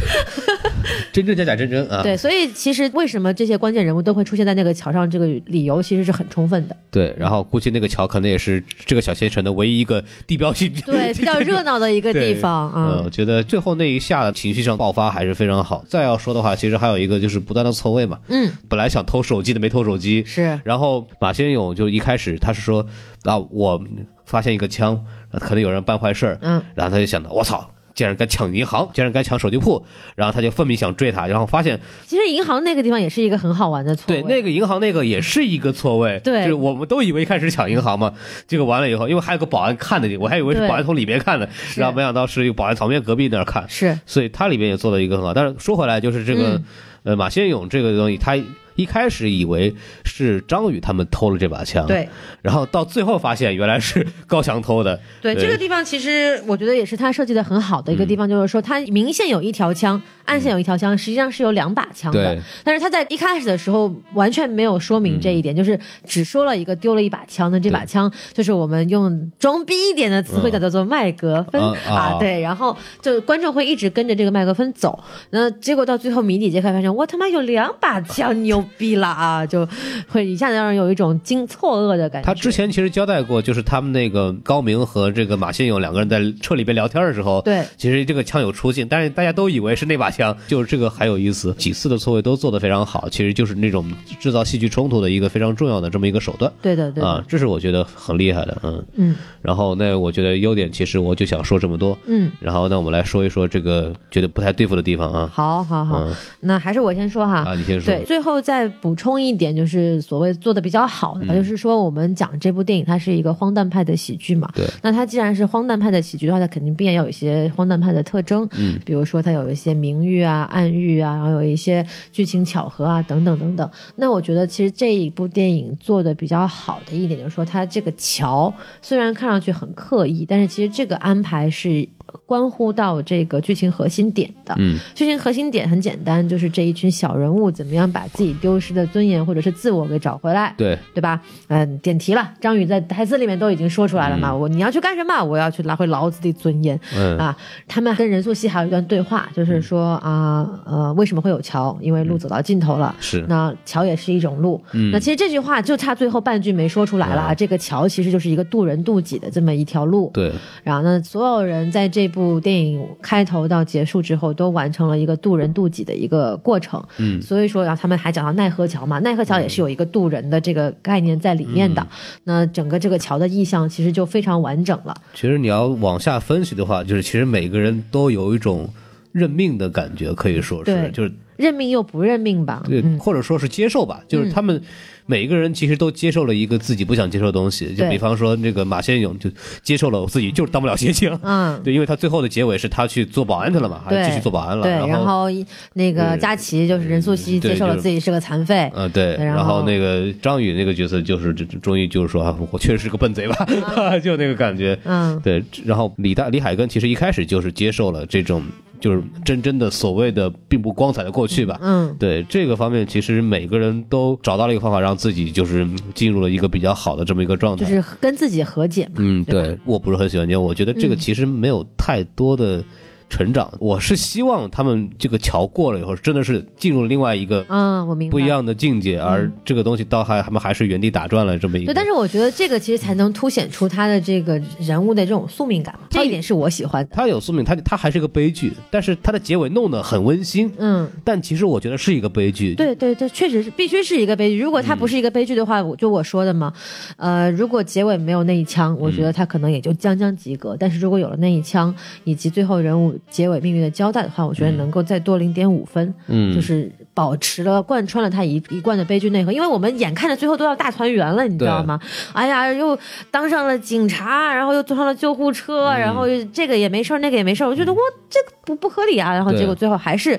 Speaker 3: 真真假假真真啊，
Speaker 1: 对，所以其实为什么这些关键人物都会出现在那个桥上，这个理由其实是很充分的。
Speaker 3: 对，然后估计那个桥可能也是这个小县城的唯一一个地标性。
Speaker 1: 对， 比较热闹的一个地方啊。
Speaker 3: 呃，我觉得最后那一下情绪上爆发还是非常好。再要说的话，其实还有一个就是不断的错位嘛。
Speaker 1: 嗯，
Speaker 3: 本来想偷手机的没偷手机，
Speaker 1: 是
Speaker 3: 然后马先勇就一开始他是说啊，我发现一个枪，呃可能有人办坏事儿，
Speaker 1: 嗯，
Speaker 3: 然后他就想到我操，竟然敢抢银行，竟然敢抢手机铺，然后他就奋力想追他，然后发现哦
Speaker 1: 其实银行那个地方也是一个很好玩的错
Speaker 3: 对
Speaker 1: 位。
Speaker 3: 那个银行那个也是一个错位，
Speaker 1: 对
Speaker 3: 就是我们都以为一开始抢银行嘛，结果完了以后，因为还有个保安看的，我还以为是
Speaker 1: 对
Speaker 3: 保安从里面看的，然后没想到是一个保安旁边隔壁那儿看，
Speaker 1: 是
Speaker 3: 所以它里面也做了一个很好。但是说回来，就是这个、
Speaker 1: 嗯
Speaker 3: 呃马先勇这个东西，他一开始以为是张宇他们偷了这把枪，
Speaker 1: 对
Speaker 3: 然后到最后发现原来是高翔偷的，
Speaker 1: 对，这个地方其实我觉得也是他设计的很好的一
Speaker 3: 嗯
Speaker 1: 个地方，就是说他明线有一条枪，暗线有一条枪，实际上是有两把枪的
Speaker 3: 对。
Speaker 1: 但是他在一开始的时候完全没有说明这
Speaker 3: 嗯
Speaker 1: 一点，就是只说了一个丢了一把枪，那这把枪就是我们用装逼一点的词汇叫做麦格芬
Speaker 3: 啊啊
Speaker 1: 啊，对，然后就观众会一直跟着这个麦格芬走，那结果到最后谜底揭开，发现我他妈有两把枪，牛逼了啊，就会一下子让人有一种惊错愕的感觉。
Speaker 3: 他之前其实交代过，就是他们那个高明和这个马先勇两个人在车里边聊天的时候，
Speaker 1: 对
Speaker 3: 其实这个枪有出镜，但是大家都以为是那把枪，就是这个还有意思。几次的错位都做得非常好，其实就是那种制造戏剧冲突的一个非常重要的这么一个手段。
Speaker 1: 对的对的，
Speaker 3: 啊，这是我觉得很厉害的，嗯
Speaker 1: 嗯。
Speaker 3: 然后那我觉得优点其实我就想说这么多，
Speaker 1: 嗯。
Speaker 3: 然后那我们来说一说这个觉得不太对付的地方啊
Speaker 1: 好好好，
Speaker 3: 嗯
Speaker 1: 那还是我先说哈。
Speaker 3: 啊，你先说。
Speaker 1: 对，最后再补充一点，就是所谓做的比较好的
Speaker 3: 嗯
Speaker 1: 吧，就是说我们讲这部电影它是一个荒诞派的喜剧嘛。
Speaker 3: 对
Speaker 1: 那它既然是荒诞派的喜剧的话，它肯定必然要有一些荒诞派的特征，嗯，比如说它有一些明喻啊、暗喻啊，然后有一些剧情巧合啊，等等等等。那我觉得其实这一部电影做的比较好的一点，就是说它这个桥虽然看上去很刻意，但是其实这个安排是关乎到这个剧情核心点的。
Speaker 3: 嗯，
Speaker 1: 剧情核心点很简单，就是这一群小人物怎么样把自己丢失的尊严或者是自我给找回来。
Speaker 3: 对
Speaker 1: 对吧？嗯，点题了。张宇在台词里面都已经说出来了嘛，我你要去干什么？我要去拿回老子的尊严、
Speaker 3: 嗯
Speaker 1: 啊！他们跟任素汐还有一段对话，就是说啊呃为什么会有桥？因为路走到尽头了。
Speaker 3: 是嗯
Speaker 1: 那桥也是一种路，那其实这句话就差最后半句没说出来了。啊、这个桥其实就是一个渡人渡己的这么一条路，
Speaker 3: 对，
Speaker 1: 然后呢，所有人在这部电影开头到结束之后，都完成了一个渡人渡己的一个过程。嗯，所以说，然后他们还讲到奈何桥嘛，奈何桥也是
Speaker 3: 嗯
Speaker 1: 有一个渡人的这个概念在里面的。那整个这个桥的意象其实就非常完整了。
Speaker 3: 其实你要往下分析的话，就是其实每个人都有一种认命的感觉，可以说是
Speaker 1: 对嗯
Speaker 3: 就是
Speaker 1: 认命又不认命吧，
Speaker 3: 对，或者说是接受吧，
Speaker 1: 嗯
Speaker 3: 就是他们每一个人其实都接受了一个自己不想接受的东西，就
Speaker 1: 对
Speaker 3: 比方说那个马先勇就接受了我自己就是当不了协警，
Speaker 1: 嗯
Speaker 3: 对，因为他最后的结尾是他去做保安去了嘛，还
Speaker 1: 对，
Speaker 3: 继续做保安了，
Speaker 1: 对，然
Speaker 3: 后。
Speaker 1: 后那个
Speaker 3: 对嗯
Speaker 1: 佳琪就是任素汐
Speaker 3: 对
Speaker 1: 接受了
Speaker 3: 就是
Speaker 1: 自己是个残废，
Speaker 3: 呃，对，
Speaker 1: 然后
Speaker 3: 然后那个张宇那个角色就是这这终于就是说，啊我确实是个笨贼吧，
Speaker 1: 啊
Speaker 3: 就那个感觉。
Speaker 1: 嗯
Speaker 3: 对，然后李大李海根其实一开始就是接受了这种就是真正的所谓的并不光彩的过去吧。
Speaker 1: 嗯，
Speaker 3: 对这个方面，其实每个人都找到了一个方法，让自己就是进入了一个比较好的这么一个状态。
Speaker 1: 就是跟自己和解嘛。
Speaker 3: 嗯，
Speaker 1: 对吧嗯
Speaker 3: 对，我不是很喜欢这样，我觉得这个其实没有太多的成长。我是希望他们这个桥过了以后，真的是进入了另外一个
Speaker 1: 嗯，我明白。嗯
Speaker 3: 不一样的境界，而这个东西到还他们还是原地打转了这么一个。
Speaker 1: 对，但是我觉得这个其实才能凸显出他的这个人物的这种宿命感，这一点是我喜欢的。
Speaker 3: 他有宿命，他他还是个悲剧，但是他的结尾弄得很温馨，
Speaker 1: 嗯，
Speaker 3: 但其实我觉得是一个悲剧。嗯
Speaker 1: 对对对，确实是必须是一个悲剧。如果他不是一个悲剧的话，我就我说的嘛，呃，如果
Speaker 3: 嗯
Speaker 1: 结尾没有那一枪，我觉得他可能也就将将及格。但是如果有了那一枪，以及最后人物结尾命运的交代的话，我觉得能够再多零点五分，
Speaker 3: 嗯，
Speaker 1: 就是保持了贯穿了他一一贯的悲剧内核。因为我们眼看着最后都要大团圆了，你知道吗？哎呀，又当上了警察，然后又坐上了救护车，然
Speaker 3: 嗯
Speaker 1: 后这个也没事儿，那个也没事儿，我觉得我这个不不合理啊。然后
Speaker 3: 对
Speaker 1: 结果最后还是。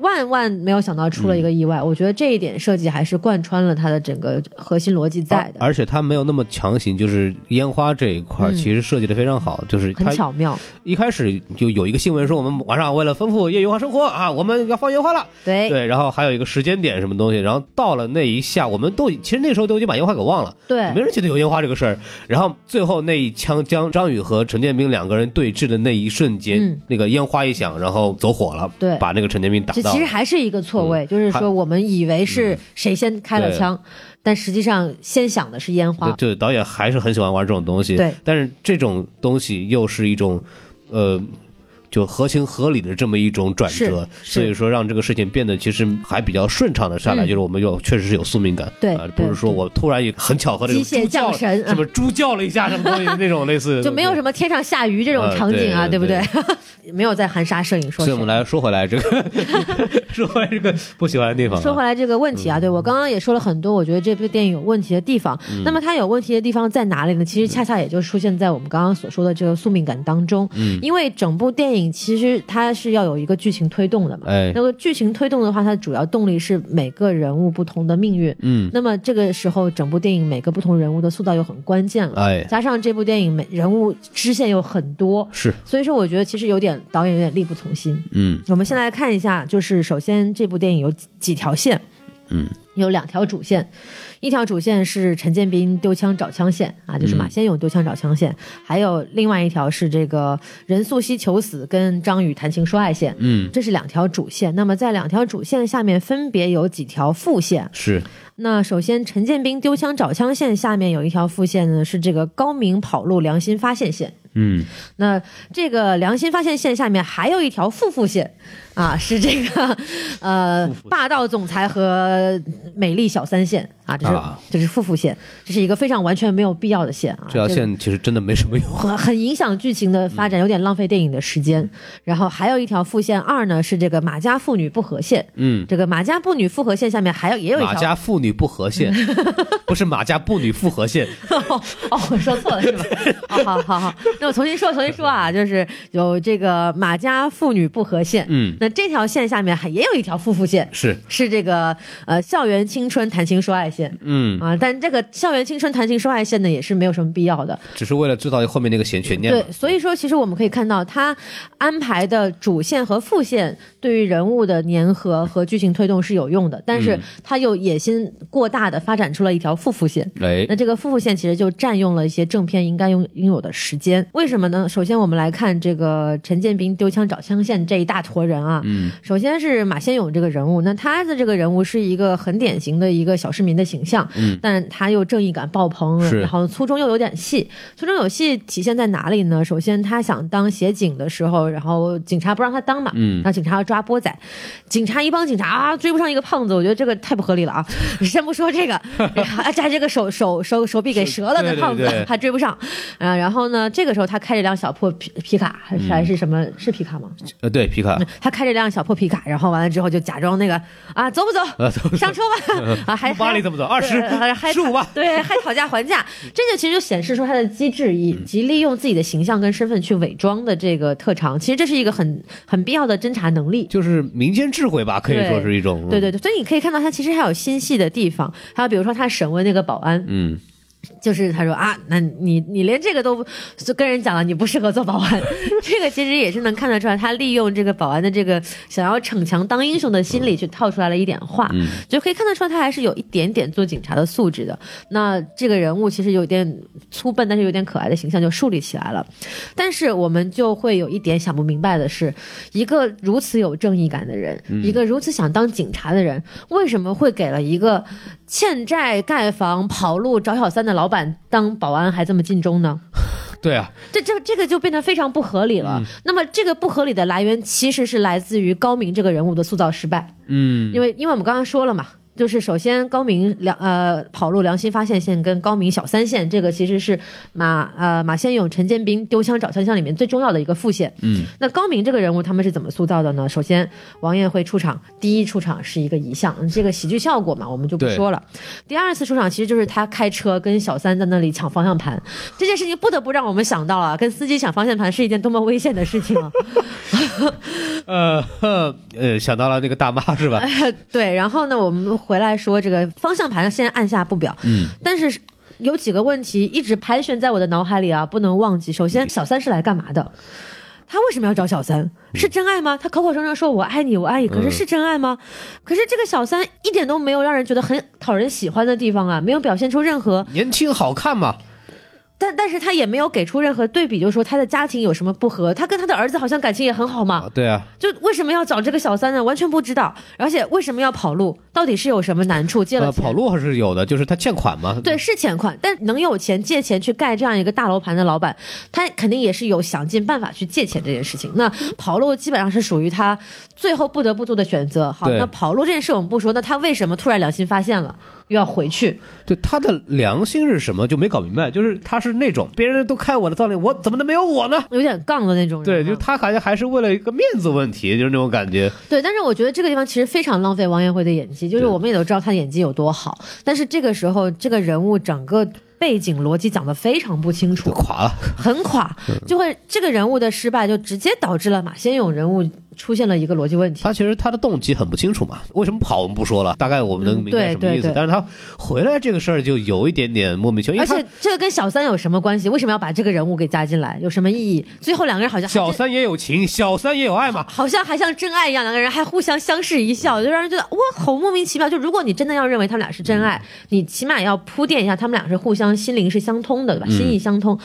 Speaker 1: 万万没有想到出
Speaker 3: 嗯
Speaker 1: 了一个意外，我觉得这一点设计还是贯穿了它的整个核心逻辑在的，
Speaker 3: 啊而且它没有那么强行，就是烟花这一块儿
Speaker 1: 嗯
Speaker 3: 其实设计的非常好，就是
Speaker 1: 很
Speaker 3: 它
Speaker 1: 巧妙。
Speaker 3: 一开始就有一个新闻说我们晚上为了丰富业余化生活啊，我们要放烟花了，
Speaker 1: 对
Speaker 3: 对，然后还有一个时间点什么东西，然后到了那一下，我们都已其实那时候都已经把烟花给忘了，
Speaker 1: 对
Speaker 3: 没人记得有烟花这个事儿。然后最后那一枪将张宇和陈建斌两个人对峙的那一瞬间，
Speaker 1: 嗯
Speaker 3: 那个烟花一响，然后走火了，
Speaker 1: 对
Speaker 3: 把那个陈建斌打
Speaker 1: 这
Speaker 3: 到嗯
Speaker 1: 其实。还是一个错位，就是
Speaker 3: 还
Speaker 1: 说我们以为是谁先开了枪，但实际上先响的是烟
Speaker 3: 对
Speaker 1: 花，。
Speaker 3: 对，导演还是很喜欢玩这种东西。
Speaker 1: 对
Speaker 3: 但是这种东西又是一种，呃，就合情合理的这么一种转折，
Speaker 1: 是是
Speaker 3: 所以说让这个事情变得其实还比较顺畅的下来，
Speaker 1: 嗯
Speaker 3: 就是我们有确实是有宿命感，
Speaker 1: 对
Speaker 3: 啊
Speaker 1: 对
Speaker 3: 不是说我突然也很巧合的
Speaker 1: 机械降神啊
Speaker 3: 什么猪叫了一下什么东西那种类 似，
Speaker 1: 就没有什么天上下雨这种场景啊，
Speaker 3: 呃
Speaker 1: 对
Speaker 3: 对
Speaker 1: 不
Speaker 3: 对
Speaker 1: 对？ 没有在含沙射影说
Speaker 3: 所以
Speaker 1: 谁
Speaker 3: 我。们来说回来这 个，说回来这个不喜欢的地方啊，
Speaker 1: 说回来这个问题啊，对我刚刚也说了很多，我觉得这部电影有问题的地方。
Speaker 3: 嗯
Speaker 1: 那么它有问题的地方在哪里呢？其实恰恰也就出现在我们刚刚所说的这个宿命感当中。嗯，因为整部电影其实它是要有一个剧情推动的嘛。
Speaker 3: 哎
Speaker 1: 那，么剧情推动的话，它的主要动力是每个人物不同的命运。
Speaker 3: 嗯，
Speaker 1: 那么这个时候，整部电影每个不同人物的塑造又很关键了，
Speaker 3: 哎
Speaker 1: 加上这部电影每人物支线又很多，
Speaker 3: 是，
Speaker 1: 所以说我觉得其实有点导演有点力不从心。
Speaker 3: 嗯
Speaker 1: 我们先来看一下，就是首先这部电影有几几条线，
Speaker 3: 嗯，
Speaker 1: 有两条主线，一条主线是陈建斌丢枪找枪线啊，
Speaker 3: 嗯
Speaker 1: 就是马先勇丢枪找枪线，还有另外一条是这个任素汐求死跟张宇谈情说爱线，
Speaker 3: 嗯
Speaker 1: 这是两条主线。那么在两条主线下面分别有几条副线，
Speaker 3: 是，嗯
Speaker 1: 那首先，陈建斌丢枪找枪线下面有一条副线呢，是这个高明跑路良心发现线。
Speaker 3: 嗯
Speaker 1: 那这个良心发现线下面还有一条副副线，啊，是这个呃霸道总裁和美丽小三线啊，这是、
Speaker 3: 啊
Speaker 1: 这是副副线，这是一条非常完全没有必要的线啊。
Speaker 3: 这条
Speaker 1: 个
Speaker 3: 线嗯其实真的没什么用，
Speaker 1: 很很影响剧情的发展，有点浪费电影的时间。然后还有一条副线二呢，是这个马家妇女不和线。
Speaker 3: 嗯。
Speaker 1: 这个马家妇女复合线下面还有也有一条
Speaker 3: 马家妇女不 和线，不是马家妇女复合线，
Speaker 1: 哦，哦，我说错了是吧？哦、好好好，那我重新说，重新说啊，就是有这个马家妇女不和线，
Speaker 3: 嗯
Speaker 1: 那这条线下面还也有一条夫妇线，
Speaker 3: 是，
Speaker 1: 是这个呃校园青春谈情说爱线。
Speaker 3: 嗯，
Speaker 1: 啊，但这个校园青春谈情说爱线呢，也是没有什么必要的。
Speaker 3: 只是为了制造后面那个悬悬念嘛
Speaker 1: 对，所以说其实我们可以看到，他安排的主线和副线对于人物的粘合和剧情推动是有用的，但
Speaker 3: 嗯
Speaker 1: 是他又野心过大的发展出了一条副副线。
Speaker 3: 哎
Speaker 1: 那，这个副线其实就占用了一些正片应该拥拥有的时间，为什么呢？首先我们来看这个陈建斌丢枪找枪线这一大坨人啊，嗯，首先是马先勇这个人物，那他的这个人物是一个很典型的一个小市民的形象，嗯，但他又正义感爆棚，
Speaker 3: 是
Speaker 1: 然后粗中又有点细，粗中有细体现在哪里呢？首先他想当协警的时候，然后警察不让他当嘛，嗯，然后警察要抓波仔，警察一帮警察啊追不上一个胖子，我觉得这个太不合理了啊！先不说这个，而且还这个手手手手臂给折了的
Speaker 3: 对对
Speaker 1: 胖子
Speaker 3: 对
Speaker 1: 还追不上啊。然后呢，这个时候他开着辆小破皮皮卡，还是还是什么？是皮卡吗？
Speaker 3: 呃，对，皮卡，
Speaker 1: 他开着辆小破皮卡，然后完了之后就假装那个啊，走不
Speaker 3: 呃
Speaker 1: 走
Speaker 3: 走？不走
Speaker 1: 上车吧！啊，还
Speaker 3: 巴黎怎么走？二十
Speaker 1: 对还还、
Speaker 3: 15吧
Speaker 1: 对，还讨价还价，这就其实就显示出他的机智以及利用自己的形象跟身份去伪装的这个特长。其实这是一个很很必要的侦查能力。
Speaker 3: 就是民间智慧吧，可以说是一种，嗯
Speaker 1: 对对对，所以你可以看到他其实还有心细的地方，还有比如说他审问那个保安，
Speaker 3: 嗯，
Speaker 1: 就是他说啊，那你你连这个都不就跟人讲了，你不适合做保安， 这个其实也是能看得出来，他利用这个保安的这个想要逞强当英雄的心理去套出来了一点话，就可以看得出来他还是有一点点做警察的素质的。那这个人物其实有点粗笨，但是有点可爱的形象就树立起来了。但是我们就会有一点想不明白的是，一个如此有正义感的人，一个如此想当警察的人，为什么会给了一个欠债盖房、跑路找小三的老板当保安还这么尽忠呢？
Speaker 3: 对啊，
Speaker 1: 这这这个就变得非常不合理了。那么这个不合理的来源其实是来自于高明这个人物的塑造失败，
Speaker 3: 嗯，
Speaker 1: 因为因为我们刚刚说了嘛。就是首先高明良呃跑路良心发现线跟高明小三线，这个其实是马呃马先勇、陈建斌丢枪找枪枪里面最重要的一个副线。
Speaker 4: 嗯，
Speaker 1: 那高明这个人物他们是怎么塑造的呢？首先，王艳辉出场，第一出场是一个遗像，这个喜剧效果嘛，我们就不
Speaker 4: 对
Speaker 1: 说了。第二次出场其实就是他开车跟小三在那里抢方向盘，这件事情不得不让我们想到啊了，跟司机抢方向盘是一件多么危险的事情啊！
Speaker 3: 呃 呵呃，想到了那个大妈是吧？
Speaker 1: 对，然后呢，我们回来说这个方向盘先按下不表，
Speaker 4: 嗯，
Speaker 1: 但是有几个问题一直盘旋在我的脑海里啊，不能忘记。首先，小三是来干嘛的？他为什么要找小三？是真爱吗？他口口声声说我爱你，我爱你，可是是真爱吗？可是这个小三一点都没有让人觉得很讨人喜欢的地方啊，没有表现出任何，
Speaker 3: 年轻好看嘛，
Speaker 1: 但但是他也没有给出任何对比，就说他的家庭有什么不和，他跟他的儿子好像感情也很好嘛
Speaker 3: 啊，对啊，
Speaker 1: 就为什么要找这个小三呢？完全不知道，而且为什么要跑路？到底是有什么难处？借了
Speaker 3: 呃，
Speaker 1: 钱、
Speaker 3: 跑路还是有的，就是他欠款嘛。
Speaker 1: 对，是欠款，但能有钱借钱去盖这样一个大楼盘的老板，他肯定也是有想尽办法去借钱这件事情。那跑路基本上是属于他最后不得不做的选择。好，
Speaker 3: 对
Speaker 1: 那跑路这件事我们不说，那他为什么突然良心发现了，又要回去？
Speaker 3: 对，他的良心是什么就没搞明白，就是他是那种别人都开我的道理，我怎么能没有我呢？
Speaker 1: 有点杠的那种人啊。
Speaker 3: 对，就他好像还是为了一个面子问题，就是那种感觉。
Speaker 1: 对，但是我觉得这个地方其实非常浪费王彦辉的演技，就是
Speaker 3: 对
Speaker 1: 我们也都知道他的演技有多好，但是这个时候这个人物整个背景逻辑讲得非常不清楚
Speaker 3: 就，垮了，
Speaker 1: 很垮，
Speaker 3: 嗯
Speaker 1: 就会这个人物的失败就直接导致了马先勇人物出现了一个逻辑问题。
Speaker 3: 他其实他的动机很不清楚嘛，为什么跑我们不说了，大概我们能明白
Speaker 1: 嗯对
Speaker 3: 什么意思。
Speaker 1: 对对
Speaker 3: 但是他回来这个事儿就有一点点莫名其妙，因
Speaker 1: 而
Speaker 3: 为他
Speaker 1: 且这个跟小三有什么关系？为什么要把这个人物给加进来？有什么意义？最后两个人好像还
Speaker 3: 小
Speaker 1: 是
Speaker 3: 三也有情，小三也有 爱嘛。
Speaker 1: 好像还像真爱一样，两个人还互相相视一笑，
Speaker 3: 嗯
Speaker 1: 就让人觉得哇，好莫名其妙。就如果你真的要认为他们俩是真爱，
Speaker 3: 嗯
Speaker 1: 你起码要铺垫一下，他们俩是互相心灵是相通
Speaker 3: 嗯
Speaker 1: 的，对吧？心意相通。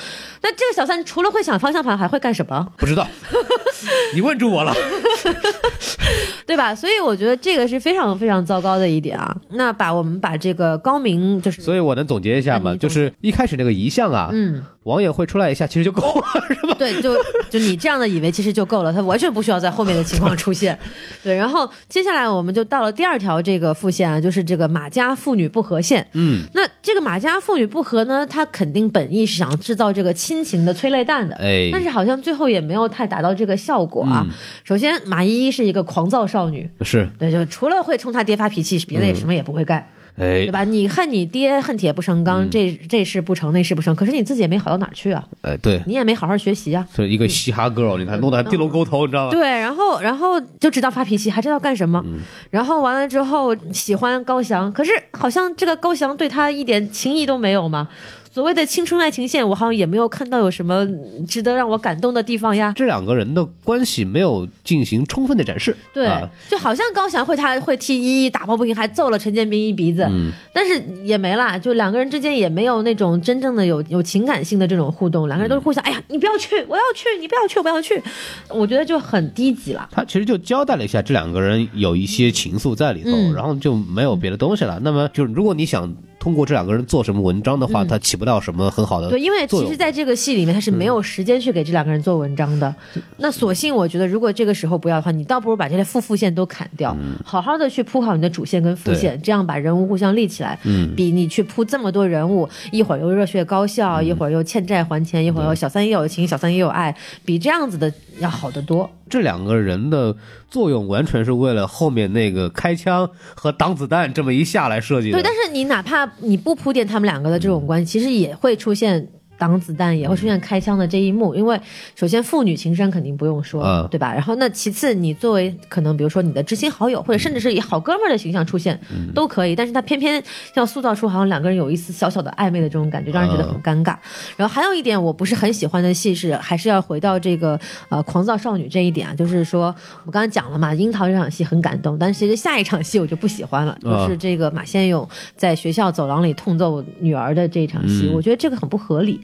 Speaker 1: 那这个小三除了会想方向盘，还会干什么？
Speaker 3: 不知道，你问住我 了。
Speaker 1: 对吧？所以我觉得这个是非常非常糟糕的一点啊。那把我们把这个高明就是，
Speaker 3: 所以我能总结一下
Speaker 1: 那
Speaker 3: 嘛，
Speaker 1: 嗯你
Speaker 3: 就是一开始那个遗像啊，
Speaker 1: 嗯，
Speaker 3: 王也会出来一下，其实就够了，是吧？
Speaker 1: 对，就就你这样的以为其实就够了，他完全不需要在后面的情况出现。对，然后接下来我们就到了第二条这个副线啊，就是这个马家妇女不和线。
Speaker 3: 嗯，
Speaker 1: 那这个马家妇女不和呢，她肯定本意是想制造这个亲情的催泪弹的，
Speaker 3: 哎
Speaker 1: 但是好像最后也没有太达到这个效果啊。首先，马依依是一个狂躁少女，
Speaker 3: 是，
Speaker 1: 对，就除了会冲她爹发脾气，别的也什么也不会干。
Speaker 3: 哎
Speaker 1: 对，吧？你恨你爹，恨铁不成钢，这这事不成，那事不成。可是你自己也没好到哪儿去啊，
Speaker 3: 哎，对，
Speaker 1: 你也没好好学习啊。
Speaker 3: 就一个嘻哈 girl，你看弄得还地龙沟头，你知道
Speaker 1: 嗯
Speaker 3: 吗？
Speaker 1: 对，然后然后就知道发脾气，还知道干什么。然后完了之后喜欢高翔，可是好像这个高翔对他一点情谊都没有嘛。所谓的青春爱情线，我好像也没有看到有什么值得让我感动的地方呀。
Speaker 3: 这两个人的关系没有进行充分的展示，
Speaker 1: 对，
Speaker 3: 啊
Speaker 1: 就好像高翔会他会替依依打抱不平，还揍了陈建斌一鼻子，但是也没啦，就两个人之间也没有那种真正的有有情感性的这种互动，两个人都是互相，哎呀，你不要去，我要去，你不要去，我不要去，我觉得就很低级了。
Speaker 3: 他其实就交代了一下这两个人有一些情愫在里头，
Speaker 1: 嗯
Speaker 3: 然后就没有别的东西了。那么就是如果你想通过这两个人做什么文章的话，他起不到什么很好的
Speaker 1: 嗯对，因为
Speaker 3: 作
Speaker 1: 其
Speaker 3: 用嗯
Speaker 1: 实在这个戏里面，他是没有时间去给这两个人做文章的。那索性我觉得，如果这个时候不要的话，你倒不如把这些副副线都砍掉，
Speaker 3: 嗯
Speaker 1: 好好的去铺好你的主线跟副线，这样把人物互相立起来，
Speaker 3: 嗯
Speaker 1: 比你去铺这么多人物，一会儿又热血高
Speaker 3: 嗯
Speaker 1: 校，一会儿又欠债还钱，一会儿又小三也有情，小三也有爱，比这样子的要好得多。
Speaker 3: 这两个人的作用完全是为了后面那个开枪和挡子弹这么一下来设计的。
Speaker 1: 对，但是你哪怕你不铺垫他们两个的这种关系，其实也会出现。挡子弹也会出
Speaker 3: 嗯
Speaker 1: 现开枪的这一幕，因为首先父女情深肯定不用说，
Speaker 3: 嗯
Speaker 1: 对吧？然后那其次，你作为可能比如说你的知心好友，
Speaker 3: 嗯
Speaker 1: 或者甚至是以好哥们儿的形象出现、都可以，但是他偏偏要塑造出好像两个人有一丝小小的暧昧的这种感觉，让人觉得
Speaker 3: 嗯
Speaker 1: 很尴尬。然后还有一点我不是很喜欢的戏是，还是要回到这个呃狂躁少女这一点啊，就是说我刚才讲了嘛，樱桃这场戏很感动，但是其实下一场戏我就不喜欢了，就
Speaker 3: 啊
Speaker 1: 是这个马先勇在学校走廊里痛揍女儿的这一场
Speaker 3: 嗯
Speaker 1: 戏，我觉得这个很不合理。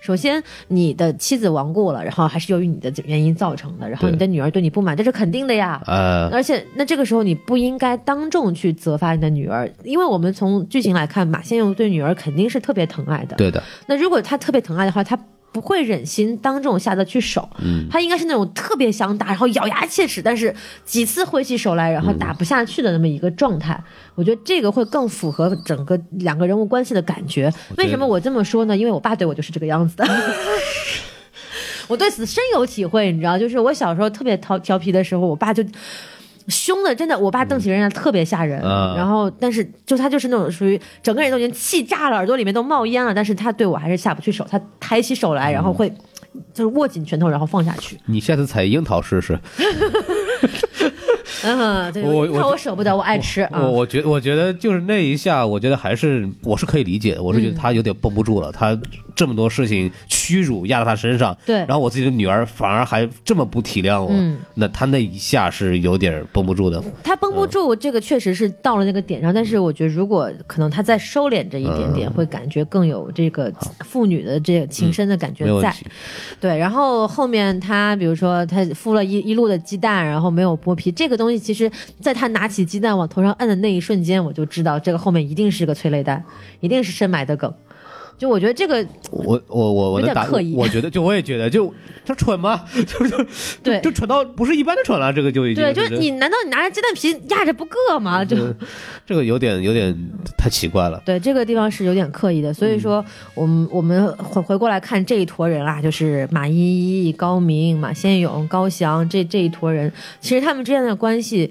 Speaker 1: 首先，你的妻子亡故了，然后还是由于你的原因造成的，然后
Speaker 3: 对
Speaker 1: 你的女儿对你不满，这是肯定的呀。
Speaker 3: 呃，
Speaker 1: 而且，那这个时候你不应该当众去责罚你的女儿，因为我们从剧情来看，马先勇对女儿肯定是特别疼爱的。
Speaker 3: 对的，
Speaker 1: 那如果他特别疼爱的话，他不会忍心当这种下得去手，他应该是那种特别想打，然后咬牙切齿，但是几次挥起手来，然后打不下去的那么一个状态。我觉得这个会更符合整个两个人物关系的感觉。
Speaker 3: 得
Speaker 1: 为什么我这么说呢？因为我爸对我就是这个样子的。我对此深有体会，你知道，就是我小时候特别调调皮的时候，我爸就凶的，真的，我爸瞪起人来特别吓人。
Speaker 3: 啊
Speaker 1: 然后，但是就他就是那种属于整个人都已经气炸了，耳朵里面都冒烟了，但是他对我还是下不去手，他抬起手来，
Speaker 3: 嗯
Speaker 1: 然后会。就是握紧拳头，然后放下去。
Speaker 3: 你下次采樱桃试试。
Speaker 1: 嗯，对，
Speaker 3: 我
Speaker 1: 看
Speaker 3: 我
Speaker 1: 我舍不得，我爱吃啊
Speaker 3: 我。我觉我觉得就是那一下，我觉得还是我是可以理解，我是
Speaker 1: 嗯
Speaker 3: 觉得他有点绷不住了，他这么多事情屈辱压到他身上，
Speaker 1: 对
Speaker 3: 然后我自己的女儿反而还这么不体谅我，
Speaker 1: 嗯
Speaker 3: 那他那一下是有点绷不住的，
Speaker 1: 他绷
Speaker 3: 嗯
Speaker 1: 不住，这个确实是到了那个点上，但是我觉得如果可能，他再收敛这一点
Speaker 3: 嗯
Speaker 1: 点，会感觉更有这个父女的这个情深的感觉
Speaker 3: 没有问
Speaker 1: 在。
Speaker 3: 题。
Speaker 1: 对，然后后面他比如说他敷了一一路的鸡蛋，然后没有剥皮，这个东西其实在他拿起鸡蛋往头上摁的那一瞬间，我就知道这个后面一定是个催泪弹，一定是深埋的梗。就我觉得这个
Speaker 3: 我我我我
Speaker 1: 有
Speaker 3: 的
Speaker 1: 点
Speaker 3: 打，
Speaker 1: 刻意
Speaker 3: 我觉得就我也觉得就他蠢吗？就就
Speaker 1: 对
Speaker 3: 就蠢到不是一般的蠢了，这个就已经
Speaker 1: 对，就是
Speaker 3: 这
Speaker 1: 你难道你拿着鸡蛋皮压着不硌吗？就
Speaker 3: 这个有点有点太奇怪了。
Speaker 1: 对这个地方是有点刻意的，所
Speaker 3: 嗯
Speaker 1: 以说我们、我们回回过来看这一坨人啊，就是马伊琍、高明、马先勇、高翔这这一坨人，其实他们之间的关系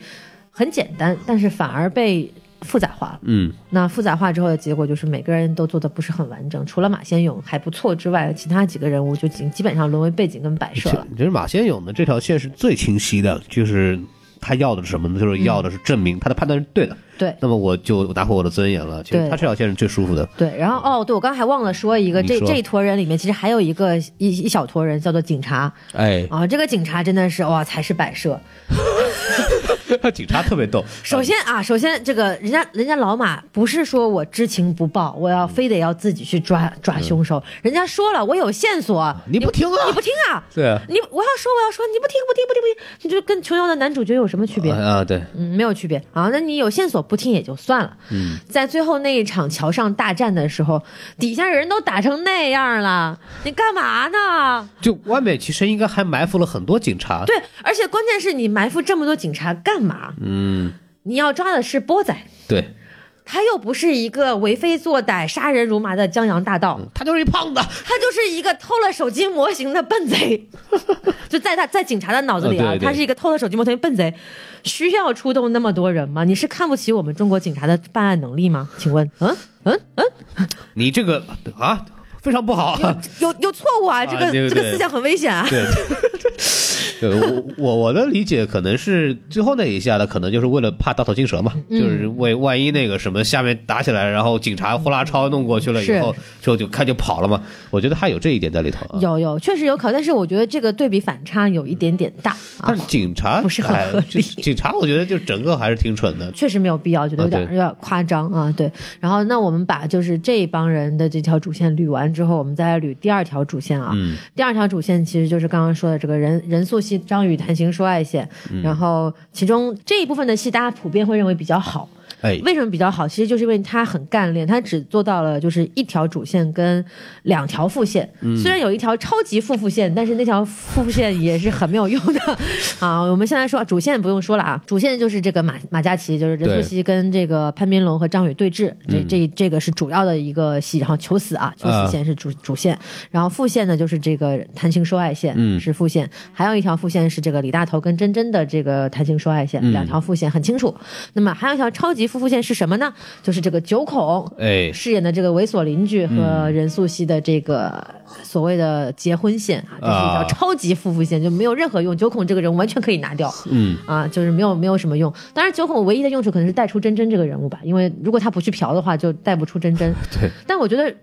Speaker 1: 很简单，但是反而被复杂化了。
Speaker 3: 嗯，
Speaker 1: 那复杂化之后的结果就是每个人都做的不是很完整，除了马先勇还不错之外，其他几个人物就基基本上沦为背景跟摆设了。
Speaker 3: 其实马先勇的这条线是最清晰的，就是他要的是什么呢？就是
Speaker 1: 嗯
Speaker 3: 要的是证明他的判断是对的。
Speaker 1: 对
Speaker 3: 那么我就拿回我的尊严了。其实
Speaker 1: 对
Speaker 3: 他这条线是最舒服的。
Speaker 1: 对，然后哦，对我刚才还忘了说一个，
Speaker 3: 你
Speaker 1: 这
Speaker 3: 说
Speaker 1: 这一坨人里面其实还有一个一一小坨人叫做警察
Speaker 3: 哎，
Speaker 1: 啊，这个警察真的是哇才是摆设。
Speaker 3: 啊警察特别逗。
Speaker 1: 首先啊，首先这个人家人家老马不是说我知情不报，我要非得要自己去抓抓凶手，人家说了我有线索，
Speaker 3: 嗯你不听啊
Speaker 1: 你不听啊，
Speaker 3: 对啊
Speaker 1: 你我要说我要说你不听不听不听不听，你就跟琼瑶的男主角有什么区别？
Speaker 3: 啊，对，
Speaker 1: 嗯，没有区别啊。那你有线索不听也就算了。嗯，在最后那一场桥上大战的时候，底下人都打成那样了，你干嘛呢？
Speaker 3: 就外面其实应该还埋伏了很多警察。
Speaker 1: 对，而且关键是你埋伏这么多警察干嘛？
Speaker 3: 嗯，
Speaker 1: 你要抓的是波仔，
Speaker 3: 对，
Speaker 1: 他又不是一个为非作歹、杀人如麻的江洋大盗，
Speaker 3: 他就是一胖子。
Speaker 1: 他就是一个偷了手机模型的笨 贼。就在他在警察的脑子里啊，
Speaker 3: 呃对对
Speaker 1: 他是一个偷了手机模型的笨贼，需要出动那么多人吗？你是看不起我们中国警察的办案能力吗？请问，嗯嗯嗯，
Speaker 3: 你这个啊，非常不好。
Speaker 1: 有有错误啊！这个、
Speaker 3: 啊对对
Speaker 1: 这个
Speaker 3: 对
Speaker 1: 思想很危险啊！
Speaker 3: 对。 对我我我的理解可能是最后那一下呢，可能就是为了怕大头金蛇嘛，
Speaker 1: 嗯
Speaker 3: 就是为万一那个什么下面打起来，然后警察呼啦超弄过去了以
Speaker 1: 是
Speaker 3: 后，之后就开就跑了嘛。我觉得还有这一点在里头啊。
Speaker 1: 有有，确实有考，但是我觉得这个对比反差有一点点大啊
Speaker 3: 但。是警察
Speaker 1: 不是很
Speaker 3: 哎
Speaker 1: 合
Speaker 3: 就
Speaker 1: 理
Speaker 3: 警察我觉得就整个还是挺蠢的。
Speaker 1: 确实没有必要，觉得有点、
Speaker 3: 啊对
Speaker 1: 有点夸张啊。对，然后那我们把就是这帮人的这条主线捋完之后，我们再来捋第二条主线啊。
Speaker 3: 嗯
Speaker 1: 第二条主线其实就是刚刚说的这个人人素戏、张宇谈情说爱线，
Speaker 3: 嗯
Speaker 1: 然后其中这一部分的戏大家普遍会认为比较好。
Speaker 3: 哎，
Speaker 1: 为什么比较好？其实就是因为它很干练，它只做到了就是一条主线跟两条副线。虽然有一条超级副副线，但是那条副副线也是很没有用的啊。我们现在说主线不用说了啊，主线就是这个马马嘉祺，就是任素汐跟这个潘斌龙和张宇对峙，这这这个是主要的一个戏，然后求死啊，求
Speaker 3: 啊
Speaker 1: 死线是主、主线，然后副线呢就是这个谈情说爱线、是副线，还有一条副线是这个李大头跟珍珍的这个谈情说爱线，两条副线很清楚。那么还有一条超级副副线是什么呢？就是这个九孔
Speaker 3: 哎，
Speaker 1: 饰演的这个猥琐邻居和
Speaker 3: 嗯
Speaker 1: 任素汐的这个呃所谓的结婚线啊，这、是一条
Speaker 3: 啊
Speaker 1: 超级夫妇线，就没有任何用。九孔这个人完全可以拿掉，
Speaker 3: 嗯
Speaker 1: 啊，就是没有没有什么用。当然，九孔唯一的用处可能是带出真真这个人物吧，因为如果他不去嫖的话，就带不出真真。
Speaker 3: 对，
Speaker 1: 但我觉得。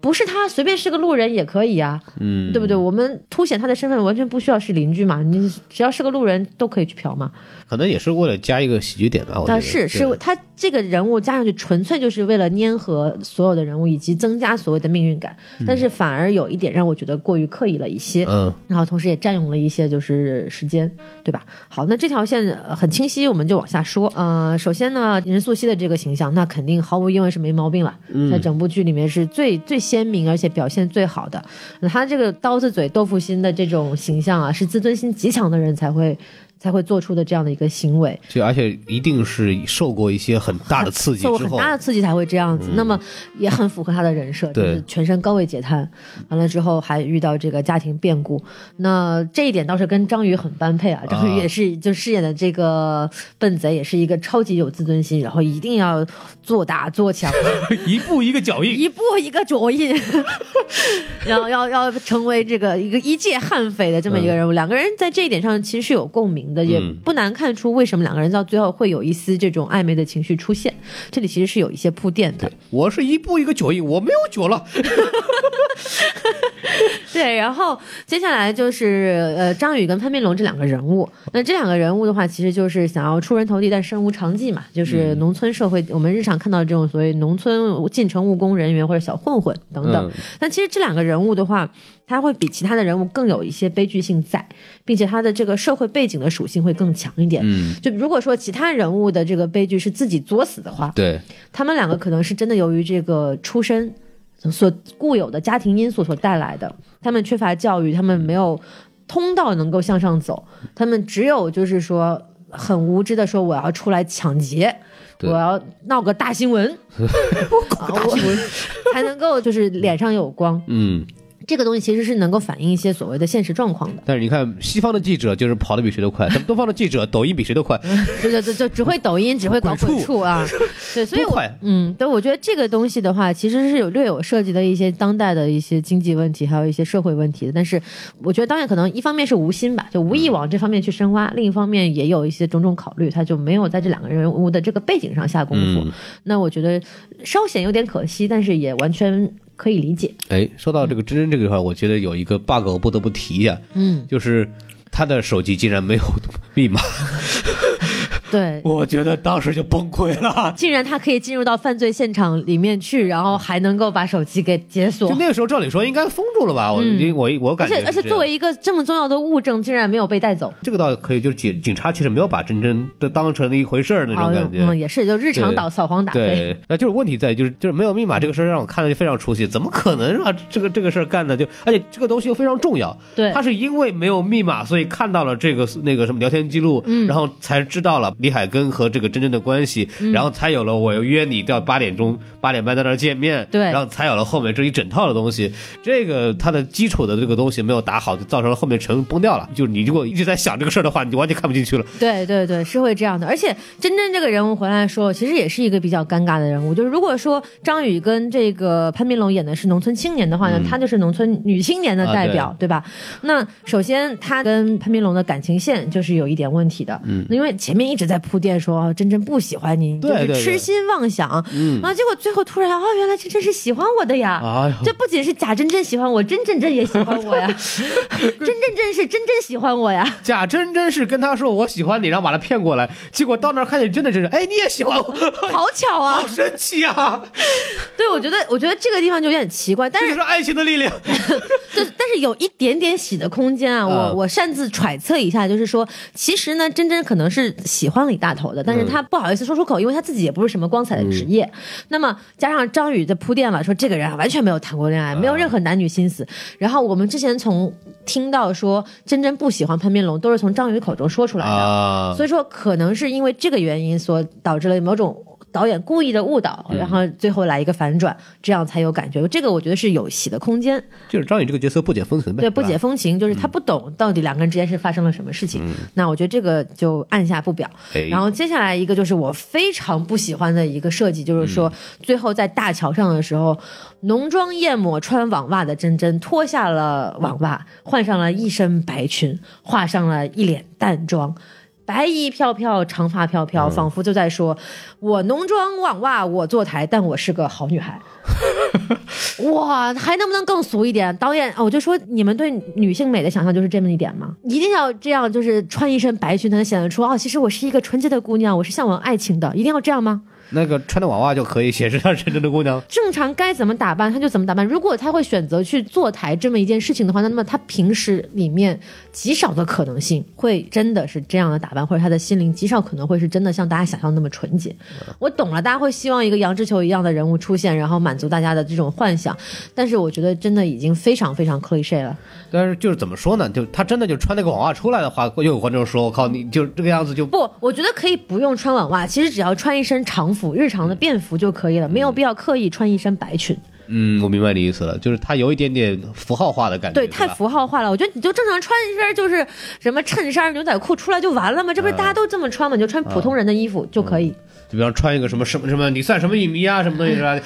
Speaker 1: 不是他随便是个路人也可以啊，
Speaker 3: 嗯，
Speaker 1: 对不对？我们凸显他的身份，完全不需要是邻居嘛，你只要是个路人都可以去嫖嘛。
Speaker 3: 可能也是为了加一个喜剧点吧。我觉
Speaker 1: 但
Speaker 3: 得
Speaker 1: 是是
Speaker 3: 哦对
Speaker 1: 他这个人物加上去纯粹就是为了粘合所有的人物，以及增加所谓的命运感，但是反而有一点让我觉得过于刻意了一些。
Speaker 3: 嗯，
Speaker 1: 然后同时也占用了一些就是时间，对吧？好，那这条线呃很清晰，我们就往下说。呃，首先呢，任素汐的这个形象，那肯定毫无疑问是没毛病了，
Speaker 3: 嗯
Speaker 1: 在整部剧里面是最最鲜明而且表现最好的。那她这个刀子嘴豆腐心的这种形象啊，是自尊心极强的人才会才会做出的这样的一个行为。
Speaker 3: 就而且一定是受过一些很大的刺激
Speaker 1: 受过
Speaker 3: 之
Speaker 1: 很
Speaker 3: 后，嗯
Speaker 1: 大的刺激才会这样子，那么也很符合他的人 设，就
Speaker 3: 对
Speaker 1: 是全身高位截瘫，完了之后还遇到这个家庭变故，那这一点倒是跟张宇很般配啊，张宇也是就饰演的这个笨贼，也是一个超级有自尊心，然后一定要做大做强，
Speaker 4: 一步一个脚印，
Speaker 1: 一步一个脚印，然后要要成为这个一个一介悍匪的这么一个人物。两个人在这一点上其实是有共鸣的，也不难看出为什么两个人到最后会有一丝这种暧昧的情绪出现。这里其实是有一些铺垫的，
Speaker 3: 我是一步一个脚印，我没有 脚了，
Speaker 1: 对，然后接下来就是呃张宇跟潘斌龙这两个人物，那这两个人物的话，其实就是想要出人头地，但身无长技嘛，就是
Speaker 3: 嗯
Speaker 1: 农村社会、我们日常看到的这种所谓农村进城务工人员或者小混混等等。
Speaker 3: 嗯
Speaker 1: 那其实这两个人物的话，他会比其他的人物更有一些悲剧性在，并且他的这个社会背景的属性会更强一点。
Speaker 3: 嗯，
Speaker 1: 就如果说其他人物的这个悲剧是自己作死的话，
Speaker 3: 对，
Speaker 1: 他们两个可能是真的由于这个出身所固有的家庭因素所带来的，他们缺乏教育，他们没有通道能够向上走，他们只有就是说很无知的说我要出来抢劫。
Speaker 3: 对
Speaker 1: 我要闹个大新闻，啊我才能够就是脸上有光。
Speaker 3: 嗯，
Speaker 1: 这个东西其实是能够反映一些所谓的现实状况的。
Speaker 3: 但是你看西方的记者就是跑得比谁 都快，咱们东方的记者抖音比谁都快，
Speaker 1: 对对对，就只会抖音，只会搞
Speaker 3: 鬼畜
Speaker 1: 鬼畜 啊，对，所以
Speaker 3: 多
Speaker 1: 我
Speaker 3: 快
Speaker 1: 嗯，对，我觉得这个东西的话，其实是有略有涉及的一些当代的一些经济问题，还有一些社会问题的。但是我觉得导演可能一方面是无心吧，就无意往这方面去深挖；另一方面也有一些种种考虑，他就没有在这两个人物的这个背景上下功夫。
Speaker 3: 嗯
Speaker 1: 那我觉得稍显有点可惜，但是也完全可以理解。
Speaker 3: 哎，说到这个真真这个块，我觉得有一个 bug 我不得不提一下，
Speaker 1: 嗯，
Speaker 3: 就是他的手机竟然没有密码，
Speaker 1: 对。
Speaker 4: 我觉得当时就崩溃了。
Speaker 1: 竟然他可以进入到犯罪现场里面去，然后还能够把手机给解锁
Speaker 3: 就，那个时候照理说应该封住了吧？我、因为我
Speaker 1: 嗯
Speaker 3: 我
Speaker 1: 而
Speaker 3: 感觉
Speaker 1: 且
Speaker 3: 是
Speaker 1: 而且
Speaker 3: 这样
Speaker 1: 作为一个这么重要的物证，竟然没有被带走。
Speaker 3: 这个倒可以，就是警警察其实没有把真真的当成一回事儿那
Speaker 1: 哦
Speaker 3: 种感觉。
Speaker 1: 嗯，也是，就日常
Speaker 3: 对
Speaker 1: 打扫黄打非。
Speaker 3: 对，那就是问题在于就是就是没有密码这个事儿让我看着就非常出戏，怎么可能让这个这个事儿干呢？就而且这个东西又非常重要，
Speaker 1: 对
Speaker 3: 他是因为没有密码，所以看到了这个那个什么聊天记录，
Speaker 1: 嗯
Speaker 3: 然后才知道了李海根和这个真正的关系，
Speaker 1: 嗯
Speaker 3: 然后才有了我约你到八点钟八点半在那儿见面，
Speaker 1: 对
Speaker 3: 然后才有了后面这一整套的东西。这个它的基础的这个东西没有打好，就造成了后面全崩掉了。就是你如果一直在想这个事儿的话，你就完全看不进去了。
Speaker 1: 对对对，是会这样的。而且真真这个人物回来说，其实也是一个比较尴尬的人物。就是如果说张宇跟这个潘斌龙演的是农村青年的话呢，她就是农村女青年的代表，
Speaker 3: 啊
Speaker 1: 对吧？那首先她跟潘斌龙的感情线就是有一点问题的，嗯，因为前面一直在铺垫说哦真真不喜欢你，你就
Speaker 3: 对
Speaker 1: 是
Speaker 3: 对对
Speaker 1: 痴心妄想，嗯，然后结果最后突然哦，原来真真是喜欢我的呀，
Speaker 3: 哎呦
Speaker 1: 这不仅是贾真真喜欢我，真真真也喜欢我呀，真真真是真真喜欢我呀。
Speaker 3: 贾真真是跟他说我喜欢你，然后把他骗过来，结果到那儿看见真的真是，哎，你也喜欢 我，
Speaker 1: 好巧啊
Speaker 3: 好！神奇啊！
Speaker 1: 对，我觉得，我觉得这个地方就有点奇怪，但
Speaker 3: 这
Speaker 1: 是
Speaker 3: 就是爱情的力量。
Speaker 1: 哎就是但是有一点点洗的空间啊。我
Speaker 3: 嗯
Speaker 1: 我擅自揣测一下，就是说，其实呢，真真可能是喜欢李大头的，
Speaker 3: 嗯
Speaker 1: 但是他不好意思说出口，因为他自己也不是什么光彩的职业。那么加上张宇的铺垫了，说这个人啊完全没有谈过恋爱，
Speaker 3: 嗯
Speaker 1: 没有任何男女心思。然后我们之前从听到说真真不喜欢潘斌龙，都是从张宇口中说出来的。
Speaker 3: 啊
Speaker 1: 所以说，可能是因为这个原因，所导致了某种导演故意的误导，然后最后来一个反转，这样才有感觉。这个我觉得是有洗的空间，
Speaker 3: 就是张宇这个角色不解风情呗，
Speaker 1: 对，不解
Speaker 3: 是吧。
Speaker 1: 风情，就是他不懂到底两个人之间是发生了什么事情。那我觉得这个就按下不表。
Speaker 3: 哎
Speaker 1: 然后接下来一个就是我非常不喜欢的一个设计，就是说最后在大桥上的时候，浓妆艳抹穿网袜的珍珍脱下了网袜，换上了一身白裙，画上了一脸淡妆。白衣飘飘，长发飘飘，仿佛就在说：“我浓妆网袜，我坐台，但我是个好女孩。”哇，还能不能更俗一点？导演，哦我就说你们对女性美的想象就是这么一点吗？一定要这样，就是穿一身白裙才能显得出哦，其实我是一个纯洁的姑娘，我是向往爱情的，一定要这样吗？
Speaker 3: 那个穿着娃娃就可以显示她是真正的姑娘。
Speaker 1: 正常该怎么打扮他就怎么打扮。如果他会选择去坐台这么一件事情的话，那么他平时里面极少的可能性会真的是这样的打扮，或者他的心灵极少可能会是真的像大家想象那么纯洁。我懂了，大家会希望一个杨之球一样的人物出现，然后满足大家的这种幻想，但是我觉得真的已经非常非常 cliche 了。
Speaker 3: 但是就是怎么说呢？就她真的就穿那个娃娃出来的话，又有观众说：“我靠，你就这个样子就
Speaker 1: 不，我觉得可以不用穿网袜，其实只要穿一身常服、日常的便服就可以了，没有必要刻意穿一身白裙。
Speaker 3: 嗯，我明白你意思了，就是它有一点点符号化的感觉，
Speaker 1: 对，
Speaker 3: 吧
Speaker 1: 太符号化了。我觉得你就正常穿一身就是什么衬衫、牛仔裤出来就完了吗？这不是大家都这么穿吗？你就穿普通人的衣服就可以。
Speaker 3: 就比方穿一个什么什么什么，你算什么影迷啊，什么东西是吧？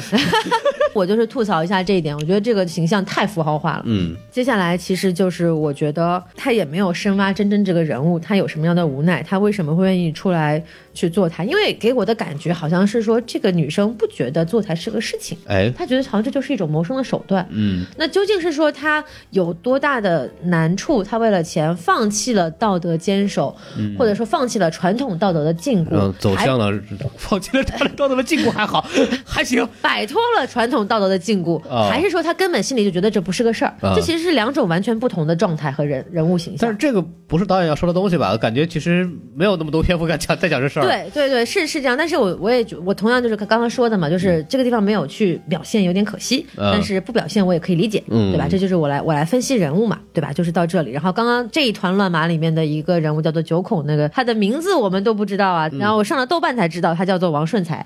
Speaker 1: 我就是吐槽一下这一点，我觉得这个形象太符号化了。
Speaker 3: 嗯，
Speaker 1: 接下来其实就是我觉得他也没有深挖真真这个人物，他有什么样的无奈，他为什么会愿意出来去坐台？因为给我的感觉好像是说这个女生不觉得坐台是个事情。
Speaker 3: 哎，
Speaker 1: 她觉得好像这就是一种谋生的手段，
Speaker 3: 嗯，
Speaker 1: 那究竟是说他有多大的难处？他为了钱放弃了道德坚守，或者说放弃了传统道德的禁锢，
Speaker 3: 然后嗯呃走
Speaker 1: 还
Speaker 3: 向了
Speaker 4: 放弃了他的道德的禁锢还好，还行。
Speaker 1: 摆脱了传统道德的禁锢，
Speaker 3: 哦
Speaker 1: 还是说他根本心里就觉得这不是个事儿？
Speaker 3: 啊
Speaker 1: 这其实是两种完全不同的状态和人人物形
Speaker 3: 但
Speaker 1: 象
Speaker 3: 是。这个不是导演要说的东西吧？感觉其实没有那么多篇幅敢讲再讲这事儿。，
Speaker 1: 对对对，是是这样，但是我我也觉我同样就是刚刚说的嘛，就是这个地方没有去表现，有点可惜，
Speaker 3: 嗯
Speaker 1: 但是不表现我也可以理解，
Speaker 3: 嗯
Speaker 1: 对吧？这就是我来我来分析人物嘛，对吧？就是到这里，然后刚刚这一团乱麻里面的一个人物叫做九孔，那个他的名字我们都不知道啊，
Speaker 3: 嗯
Speaker 1: 然后我上了豆瓣才知道他叫做王顺才，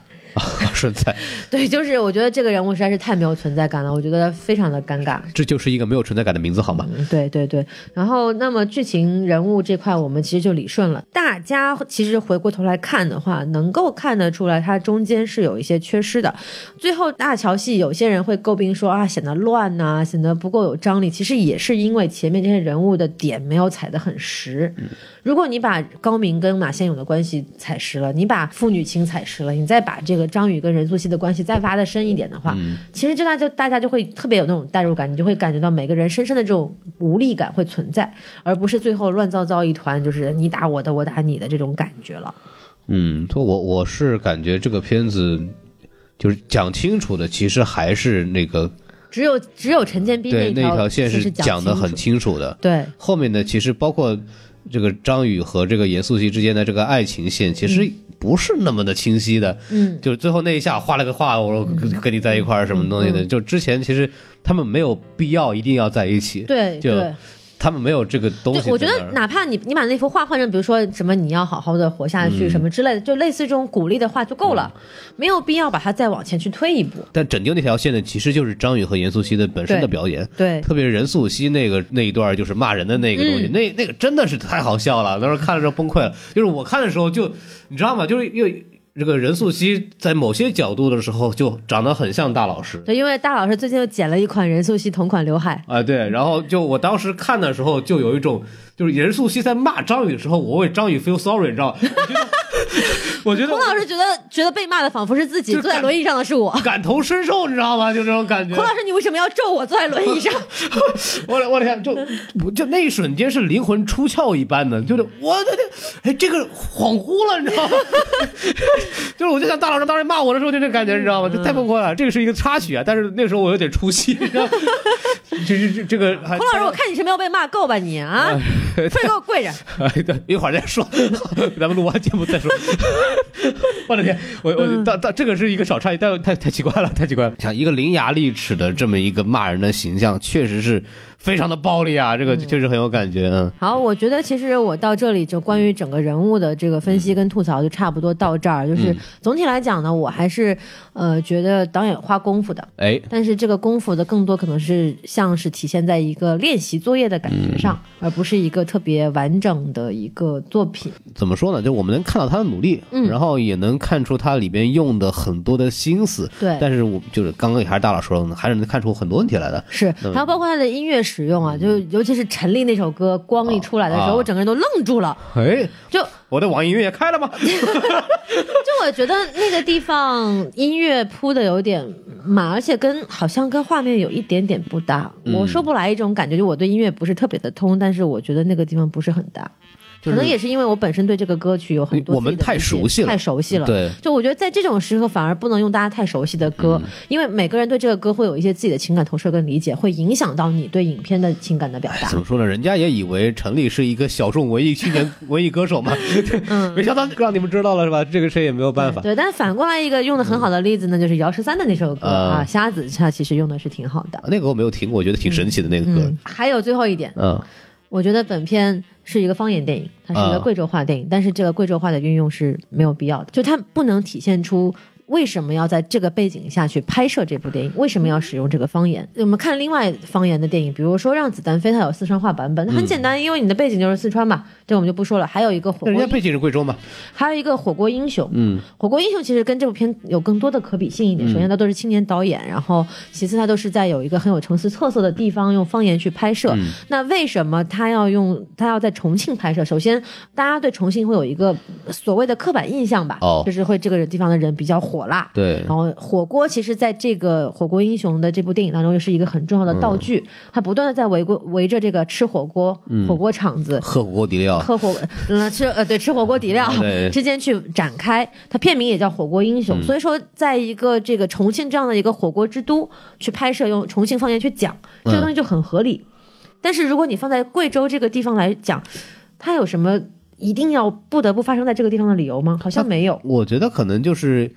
Speaker 3: 顺菜，
Speaker 1: 对，就是我觉得这个人物实在是太没有存在感了，我觉得非常的尴尬。
Speaker 3: 这就是一个没有存在感的名字，好吗？
Speaker 1: 嗯，对对对。然后，那么剧情人物这块，我们其实就理顺了。大家其实回过头来看的话，能够看得出来，它中间是有一些缺失的。最后大桥戏，有些人会诟病说啊，显得乱呐、显得不够有张力。其实也是因为前面这些人物的点没有踩得很实。如果你把高明跟马先勇的关系踩实了，你把父女情踩实了，你再把这个张宇跟任素汐的关系再挖得深一点的话，其实就大家就大家就会特别有那种代入感，你就会感觉到每个人深深的这种无力感会存在，而不是最后乱糟糟一团，就是你打我的，我打你的这种感觉了。
Speaker 3: 嗯，所以我我是感觉这个片子就是讲清楚的，其实还是那个
Speaker 1: 只有只有陈建斌
Speaker 3: 对那
Speaker 1: 一
Speaker 3: 条线
Speaker 1: 其
Speaker 3: 是
Speaker 1: 实
Speaker 3: 讲的
Speaker 1: 清
Speaker 3: 很
Speaker 1: 楚
Speaker 3: 清楚的。
Speaker 1: 对。
Speaker 3: 后面呢，其实包括这个张宇和这个严素汐之间的这个爱情线，其实不是那么的清晰的。
Speaker 1: 嗯，
Speaker 3: 就是最后那一下画了个画，我说跟跟你在一块儿什么东西的，就之前其实他们没有必要一定要在一起，
Speaker 1: 对
Speaker 3: 就
Speaker 1: 对
Speaker 3: 他们没有这个东西
Speaker 1: 对，
Speaker 3: 在那儿。
Speaker 1: 我觉得哪怕你你把那幅画换成，比如说什么你要好好的活下去什么之类的，就类似这种鼓励的话就够了，
Speaker 3: 嗯
Speaker 1: 没有必要把它再往前去推一步。
Speaker 3: 但拯救那条线呢，其实就是张宇和严素汐的本身的表演。
Speaker 1: 对
Speaker 3: 特别是任素汐那个那一段，就是骂人的那个东
Speaker 1: 嗯
Speaker 3: 西，那那个真的是太好笑了，当时看的时候崩溃了。就是我看的时候就，你知道吗？就是又这个任素汐在某些角度的时候，就长得很像大老师。
Speaker 1: 对，因为大老师最近又剪了一款任素汐同款刘海，
Speaker 3: 啊，对，然后就我当时看的时候，就有一种就是任素汐在骂张宇的时候，我为张宇 feel sorry，你知道吗？ 我觉得，
Speaker 1: 孔
Speaker 3: 我觉
Speaker 1: 老
Speaker 3: 得
Speaker 1: 师觉得觉得被骂的仿佛是自己，
Speaker 3: 就是
Speaker 1: 坐在
Speaker 3: 感
Speaker 1: 轮椅上的是 我。
Speaker 3: 感同身受，你知道吗？就这种感觉。
Speaker 1: 孔老师，你为什么要咒我坐在轮 椅上？
Speaker 3: 我的我的天， 就我就那一瞬间是灵魂出窍一般的，
Speaker 1: 嗯
Speaker 3: 就是我的天，哎，这个恍惚了，你知 道吗？ 就是我就像大老师当时骂我的时候就这感觉，你知道吗？
Speaker 1: 嗯
Speaker 3: 就太崩溃了。这个是一个插曲啊，但是那时候我有点出戏，你知道 吗这这这这个还
Speaker 1: 孔老师，我看你是没有被骂够吧你啊！ 快给我跪着！
Speaker 3: 哎，对，一会儿再说，咱们录完节目再说。 我的天，我
Speaker 1: 嗯
Speaker 3: 我到到这个是一个小差异，但太太奇怪了，太奇怪了。像一个伶牙俐齿的这么一个骂人的形象，确实是非常的暴力啊，这
Speaker 1: 嗯
Speaker 3: 个确实很有感觉，嗯。
Speaker 1: 好，我觉得其实我到这里就关于整个人物的这个分析跟吐槽就差不多到这儿。就是总体来讲呢，我还是呃觉得导演花功夫的，
Speaker 3: 哎，
Speaker 1: 但是这个功夫的更多可能是像是体现在一个练习作业的感觉上，而不是一个特别完整的一个作品。
Speaker 3: 怎么说呢？就我们能看到他的努力，
Speaker 1: 嗯
Speaker 3: 然后也能看出他里边用的很多的心思。
Speaker 1: 对
Speaker 3: 但是我就是刚刚也还是大佬说了，还是能看出很多问题来的。
Speaker 1: 是，还有包括他的音乐使用啊，就尤其是陈粒那首歌，光一出来的时候，
Speaker 3: 嗯啊
Speaker 1: 我整个人都愣住了，
Speaker 3: 哎，
Speaker 1: 就。
Speaker 3: 我的网易云也开了 吗？
Speaker 1: 就我觉得那个地方音乐铺的有点满，而且跟好像跟画面有一点点
Speaker 3: 嗯
Speaker 1: 不搭，我说不来一种感觉，就我对音乐不是特别的通，但是我觉得那个地方不是很搭。
Speaker 3: 就
Speaker 1: 可能
Speaker 3: 是
Speaker 1: 也是因为我本身对这个歌曲有很多
Speaker 3: 我们
Speaker 1: 自己的
Speaker 3: 太
Speaker 1: 理解
Speaker 3: 熟悉了
Speaker 1: 太熟悉了。
Speaker 3: 对
Speaker 1: 就我觉得在这种时候反而不能用大家太熟悉的歌，
Speaker 3: 嗯
Speaker 1: 因为每个人对这个歌会有一些自己的情感投射跟理解，会影响到你对影片的情感的表达
Speaker 3: 怎。么说呢？人家也以为陈粒是一个小众文艺 青年文艺歌手嘛，没想到让你们知道了是吧？这个谁也没有办法。
Speaker 1: 嗯对，但反过来一个用的很好的例子呢，就是姚十三的那首歌、
Speaker 3: 嗯
Speaker 1: 啊，瞎子他其实用的是挺好的。
Speaker 3: 那个我没有听过，我觉得挺神奇的那个歌
Speaker 1: 嗯。，还有最后一点，
Speaker 3: 嗯，
Speaker 1: 我觉得本片是一个方言电影，它是一个
Speaker 3: 啊
Speaker 1: 贵州话电影，但是这个贵州话的运用是没有必要的，就它不能体现出。为什么要在这个背景下去拍摄这部电影？为什么要使用这个方言？我们看另外方言的电影，比如说《让子弹飞》，它有四川话版本，
Speaker 3: 嗯
Speaker 1: 很简单，因为你的背景就是四川嘛，这我们就不说了。还有一个火
Speaker 3: 但人
Speaker 1: 锅
Speaker 3: 家，背景是贵州嘛，
Speaker 1: 还有一个火锅英雄，嗯，火锅英雄其实跟这部片有更多的可比性一
Speaker 3: 嗯
Speaker 1: 点。首先，它都是青年导演，然后其次，它都是在有一个很有城市特色的地方用方言去拍摄。
Speaker 3: 嗯
Speaker 1: 那为什么他要用他要在重庆拍摄？首先，大家对重庆会有一个所谓的刻板印象吧，
Speaker 3: 哦
Speaker 1: 就是会这个地方的人比较火辣，
Speaker 3: 对
Speaker 1: 然后火锅其实在这个《火锅英雄》的这部电影当中，又是一个很重要的道具，
Speaker 3: 嗯
Speaker 1: 它不断的在围过围着这个吃火锅、火锅场子
Speaker 3: 喝火锅底料。
Speaker 1: 喝火，嗯，吃呃对，吃火锅底料
Speaker 3: 对
Speaker 1: 之间去展开。它片名也叫《火锅英雄》，所以说在一个这个重庆这样的一个火锅之都去拍摄，用重庆方言去讲，这个东西就很合理。但是如果你放在贵州这个地方来讲，它有什么一定要不得不发生在这个地方的理由吗？好像没有。
Speaker 3: 我觉得可能就是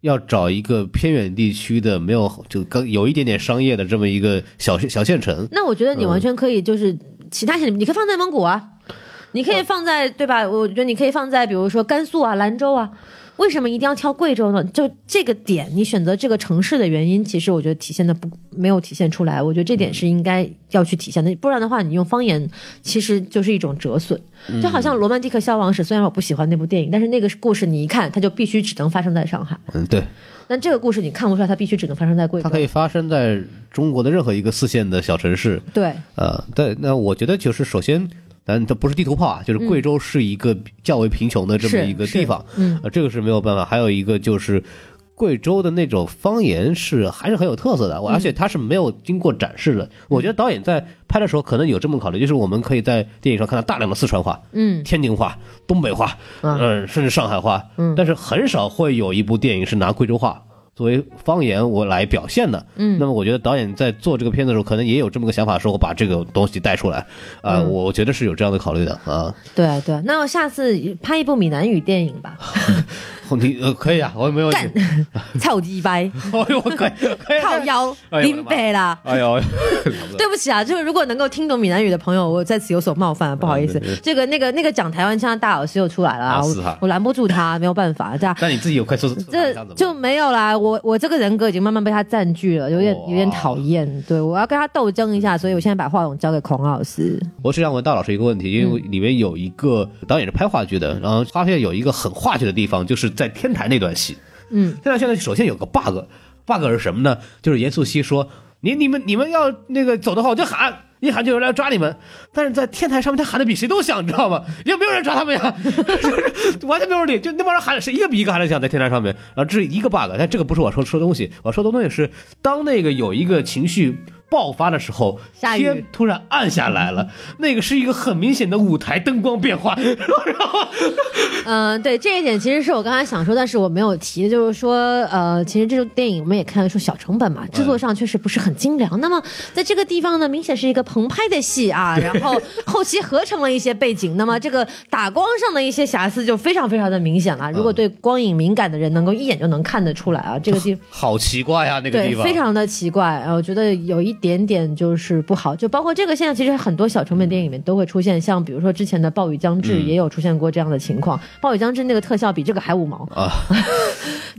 Speaker 3: 要找一个偏远地区的，没有就刚有一点点商业的这么一个小小县城。
Speaker 1: 那我觉得你
Speaker 3: 嗯
Speaker 1: 完全可以，就是其他县，你可以放内蒙古啊，你可以放在
Speaker 3: 嗯
Speaker 1: 对吧？我觉得你可以放在比如说甘肃啊、兰州啊。为什么一定要挑贵州呢？就这个点，你选择这个城市的原因，其实我觉得体现的不没有体现出来。我觉得这点是应该要去体现的，不然的话，你用方言其实就是一种折损。
Speaker 3: 嗯
Speaker 1: 就好像《罗曼蒂克消亡史》，虽然我不喜欢那部电影，但是那个故事你一看，它就必须只能发生在上海。
Speaker 3: 嗯，对，
Speaker 1: 但这个故事你看不出来，它必须只能发生在贵州
Speaker 3: 它可。以发生在中国的任何一个四线的小城市。
Speaker 1: 对，
Speaker 3: 呃，对，那我觉得就是首先，咱它不是地图炮啊，就是贵州是一个较为贫穷的这么
Speaker 1: 嗯是
Speaker 3: 一个
Speaker 1: 是
Speaker 3: 地方，嗯、呃，这个是没有办法。还有一个就是。贵州的那种方言是还是很有特色的，我而且它是没有经过展示的。我觉得导演在拍的时候可能有这么考虑，就是我们可以在电影上看到大量的四川话、
Speaker 1: 嗯，
Speaker 3: 天津话、东北话，嗯、甚至上海话，嗯，但是很少会有一部电影是拿贵州话作为方言我来表现的，嗯，那么我觉得导演在做这个片子的时候，可能也有这么个想法，说我把这个东西带出来，啊、我觉得是有这样的考虑的啊，
Speaker 1: 对对，那我下次拍一部闽南语电影吧，
Speaker 3: 你呃可以啊，我没有问题，
Speaker 1: 操鸡掰，
Speaker 3: 哎呦，可以可以，
Speaker 1: 靠腰，林北啦。
Speaker 3: 哎呦，哎呦，
Speaker 1: 对不起啊，就是如果能够听懂闽南语的朋友，我在此有所冒犯，不好意思。这个那个那个讲台湾腔的大老师又出来了啊，
Speaker 3: 啊是
Speaker 1: 我
Speaker 3: 他
Speaker 1: 我拦不住他，没有办法， 这样
Speaker 3: 那你自己有快速
Speaker 1: 这就没有啦。我我这个人格已经慢慢被他占据了，有点有点
Speaker 3: 哇
Speaker 1: 讨厌。对我要跟他斗争一下，所以我现在把话筒交给孔老师。
Speaker 3: 我只想问大老师一个问题，因为里面有一个导演是拍话剧的，然后发现有一个很话剧的地方，就是在天台那段戏。
Speaker 1: 嗯，
Speaker 3: 天台现在首先有个 bug，bug 是什么呢？就是严素汐说：“你你们你们要那个走的话，我就喊。”一喊就有人来抓你们，但是在天台上面，他喊的比谁都响，你知道吗？也没有人抓他们呀， 就是完全没有理。就那帮人喊，谁一个比一个喊的响，在天台上面。然后这是一个 bug，但这个不是我说说东西，我说的东西是当那个有一个情绪爆发的时候，
Speaker 1: 下雨
Speaker 3: 天突然暗下来了，那个是一个很明显的舞台灯光变化， 然后
Speaker 1: 嗯，对这一点其实是我刚才想说，但是我没有提，就是说，呃，其实这部电影我们也看得出小成本嘛，制作上确实不是很精良。那么在这个地方呢，明显是一个棚拍的戏啊，然后后期合成了一些背景，那么这个打光上的一些瑕疵就非常非常的明显了。如果对光影敏感的人，能够一眼就能看得出来啊，这个地方。
Speaker 3: 好奇怪啊呀、那个地
Speaker 1: 对，
Speaker 3: 方
Speaker 1: 非常的奇怪，呃我觉得有一点点就是不好，就包括这个现在其实很多小成本电影里面都会出现，像比如说之前的《暴雨将至》
Speaker 3: 嗯
Speaker 1: 也有出现过这样的情况，暴雨将至》那个特效比这个还五毛，
Speaker 3: 啊，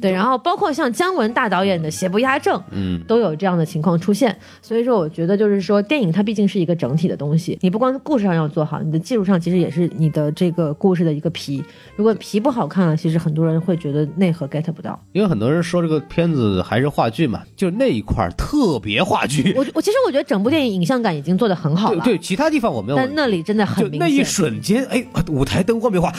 Speaker 1: 对，然后包括像姜文大导演的《邪不压正》，嗯，都有这样的情况出现，所以说我觉得就是说电影它毕竟是一个整体的东西，你不光故事上要做好，你的技术上其实也是你的这个故事的一个皮，如果皮不好看了，啊其实很多人会觉得内核 get 不到。
Speaker 3: 因为很多人说这个片子还是话剧嘛，就那一块儿特别话剧。
Speaker 1: 我我其实我觉得整部电影影像感已经做得很好
Speaker 3: 对
Speaker 1: 了。
Speaker 3: 对，其他地方我没有。
Speaker 1: 但那里真的很
Speaker 3: 就
Speaker 1: 明
Speaker 3: 那一
Speaker 1: 显。
Speaker 3: 瞬间，哎，舞台灯光变化，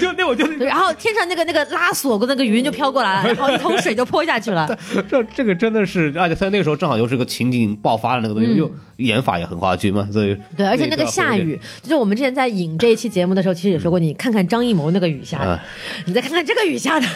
Speaker 3: 就那我就
Speaker 1: 对然后天上那个那个拉锁过那个云就飘过来了，哦，一桶水就泼下去 了。
Speaker 4: 这这个真的是，而且在那个时候正好又是个情景爆发的那个东西，
Speaker 1: 嗯
Speaker 4: 又演法也很话剧嘛，所以
Speaker 1: 对，而且那个下雨，就是我们之前在引这一期节目的时候，其实也
Speaker 4: 嗯
Speaker 1: 说过，你看看张艺谋那个雨下
Speaker 4: 啊
Speaker 1: 的，你再看看这个 雨下的，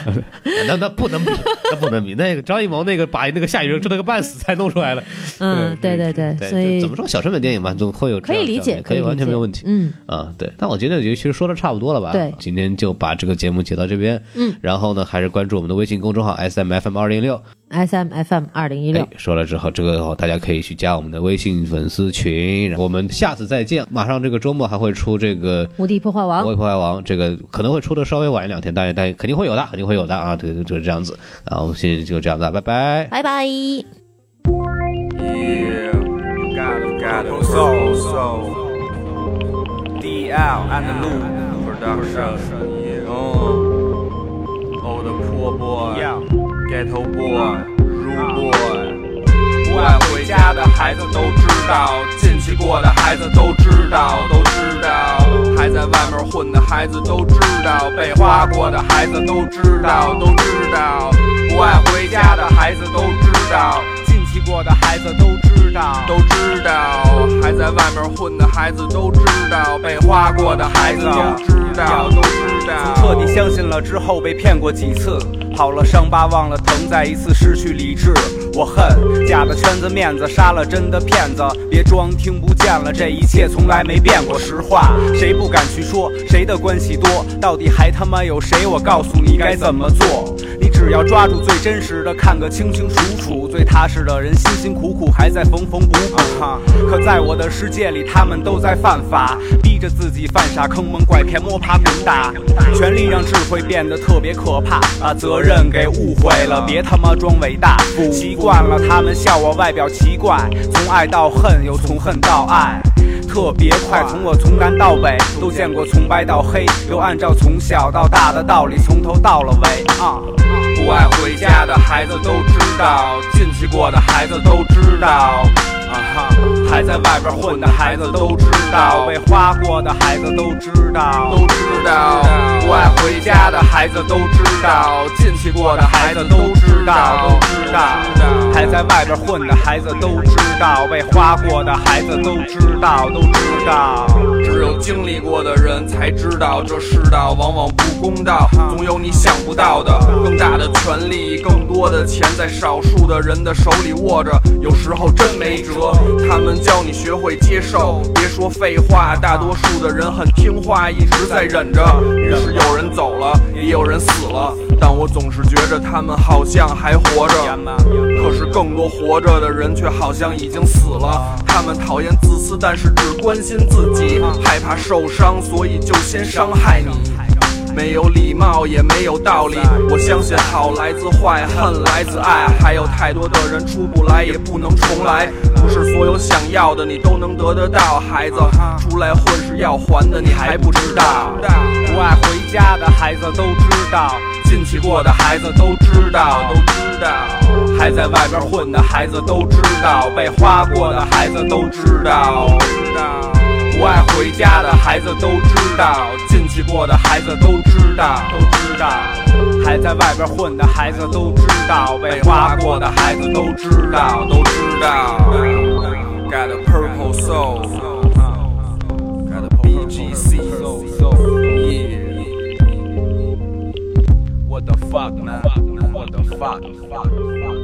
Speaker 4: 那那不 能比，那不能比。那个张艺谋那个把那个下雨人折腾个半死才弄出来了。
Speaker 1: 嗯，对对对，所以
Speaker 4: 就怎么说小成本电影嘛，总会有这
Speaker 1: 可
Speaker 4: 样
Speaker 1: 以理
Speaker 4: 这样
Speaker 1: 解，
Speaker 4: 的可以完全没有问题。
Speaker 1: 嗯，
Speaker 4: 啊，对，
Speaker 3: 但我觉得也其实说的差不多了吧？
Speaker 1: 对
Speaker 3: 今天就把这个节目截到这边。
Speaker 1: 嗯，
Speaker 3: 然后呢，还是关注我们的微信公众号 S M F M 二零六。
Speaker 1: S M F M 二零一六
Speaker 3: 哎，说了之后，这个大家可以去加我们的微信粉丝群。我们下次再见。马上这个周末还会出这个《
Speaker 1: 无敌破坏王
Speaker 3: 我与破坏王》，这个可能会出的稍微晚一两天，但但肯定会有的，肯定会有的啊！对，对就是这样子啊。我们现在就这样子啊，拜拜。
Speaker 1: 拜拜。
Speaker 5: Yeah, gotta, gotta. So, so. DL and the new production. Yeah. Oh, oh, the poor boy. Yeah. Uh. Ghetto boy, rude boy. 不爱回家的孩子都知道，进去过的孩子都知道，都知道。还在外面混的孩子都知道，被花过的孩子都知道，都知道。不爱回家的孩子都知道，进去过的孩子都知道，都知道。还在外面混的孩子都知道，被花过的孩子都知道，都知道。
Speaker 6: 从彻底相信了之后被骗过几次，好了伤疤忘了疼，再一次失去理智。我恨假的圈子面子，杀了真的骗子，别装听不见了，这一切从来没变过。实话谁不敢去说，谁的关系多，到底还他妈有谁？我告诉你该怎么做，你只要抓住最真实的，看个清清楚楚，最踏实的人辛辛苦苦还在缝缝补
Speaker 5: 啊
Speaker 6: 补。哈，可在我的世界里，他们都在犯法，逼着自己犯傻，坑蒙拐骗，摸爬滚打，权力让智慧变得特别可怕，把责任给误会了，别他妈装伟大。习惯了他们笑我外表奇怪，从爱到恨，又从恨到爱。特别快，从我从南到北都见过从白到黑，又按照从小到大的道理从头到了尾啊。
Speaker 5: 不爱回家的孩子都知道，进去过的孩子都知道，啊哈，还在外边混的孩子都知道，
Speaker 6: 被花过的孩子都知道，
Speaker 5: 都知道。不爱回家的孩子都知道，进去过的孩子都知道，都知道。
Speaker 6: 还在外边混的孩子都知道，被花过的孩子都知道，都知道。
Speaker 5: 只有经历过的人才知道，这世道往往不公道，总有你想不到的。更大的权利，更多的钱，在少数的人的手里握着，有时候真没辙。他们教你学会接受，别说废话，大多数的人很听话，一直在忍着。于是有人走了，也有人死了，但我总是觉着他们好像还活着。可是更多活着的人却好像已经死了。他们讨厌自私，但是只关心自己，害怕受伤，所以就先伤害你。没有礼貌，也没有道理。我相信好来自坏，恨来自爱。还有太多的人出不来，也不能重来。不是所有想要的你都能得得到，孩子，出来混是要还的，你还不知道。
Speaker 6: 不爱回家的孩子都知道，
Speaker 5: 进去过的孩子都知道，都知道。
Speaker 6: 还在外边混的孩子都知道，被花过的孩子都知道。
Speaker 5: 不爱回家的孩子都知道，进去过的孩子都知道，都知道。
Speaker 6: 还在外边混的孩子都知道，被花过的孩子都知道，都知道。
Speaker 5: Got a purple soul. Got a BGC. Yeah. What the fuck, man? What the fuck?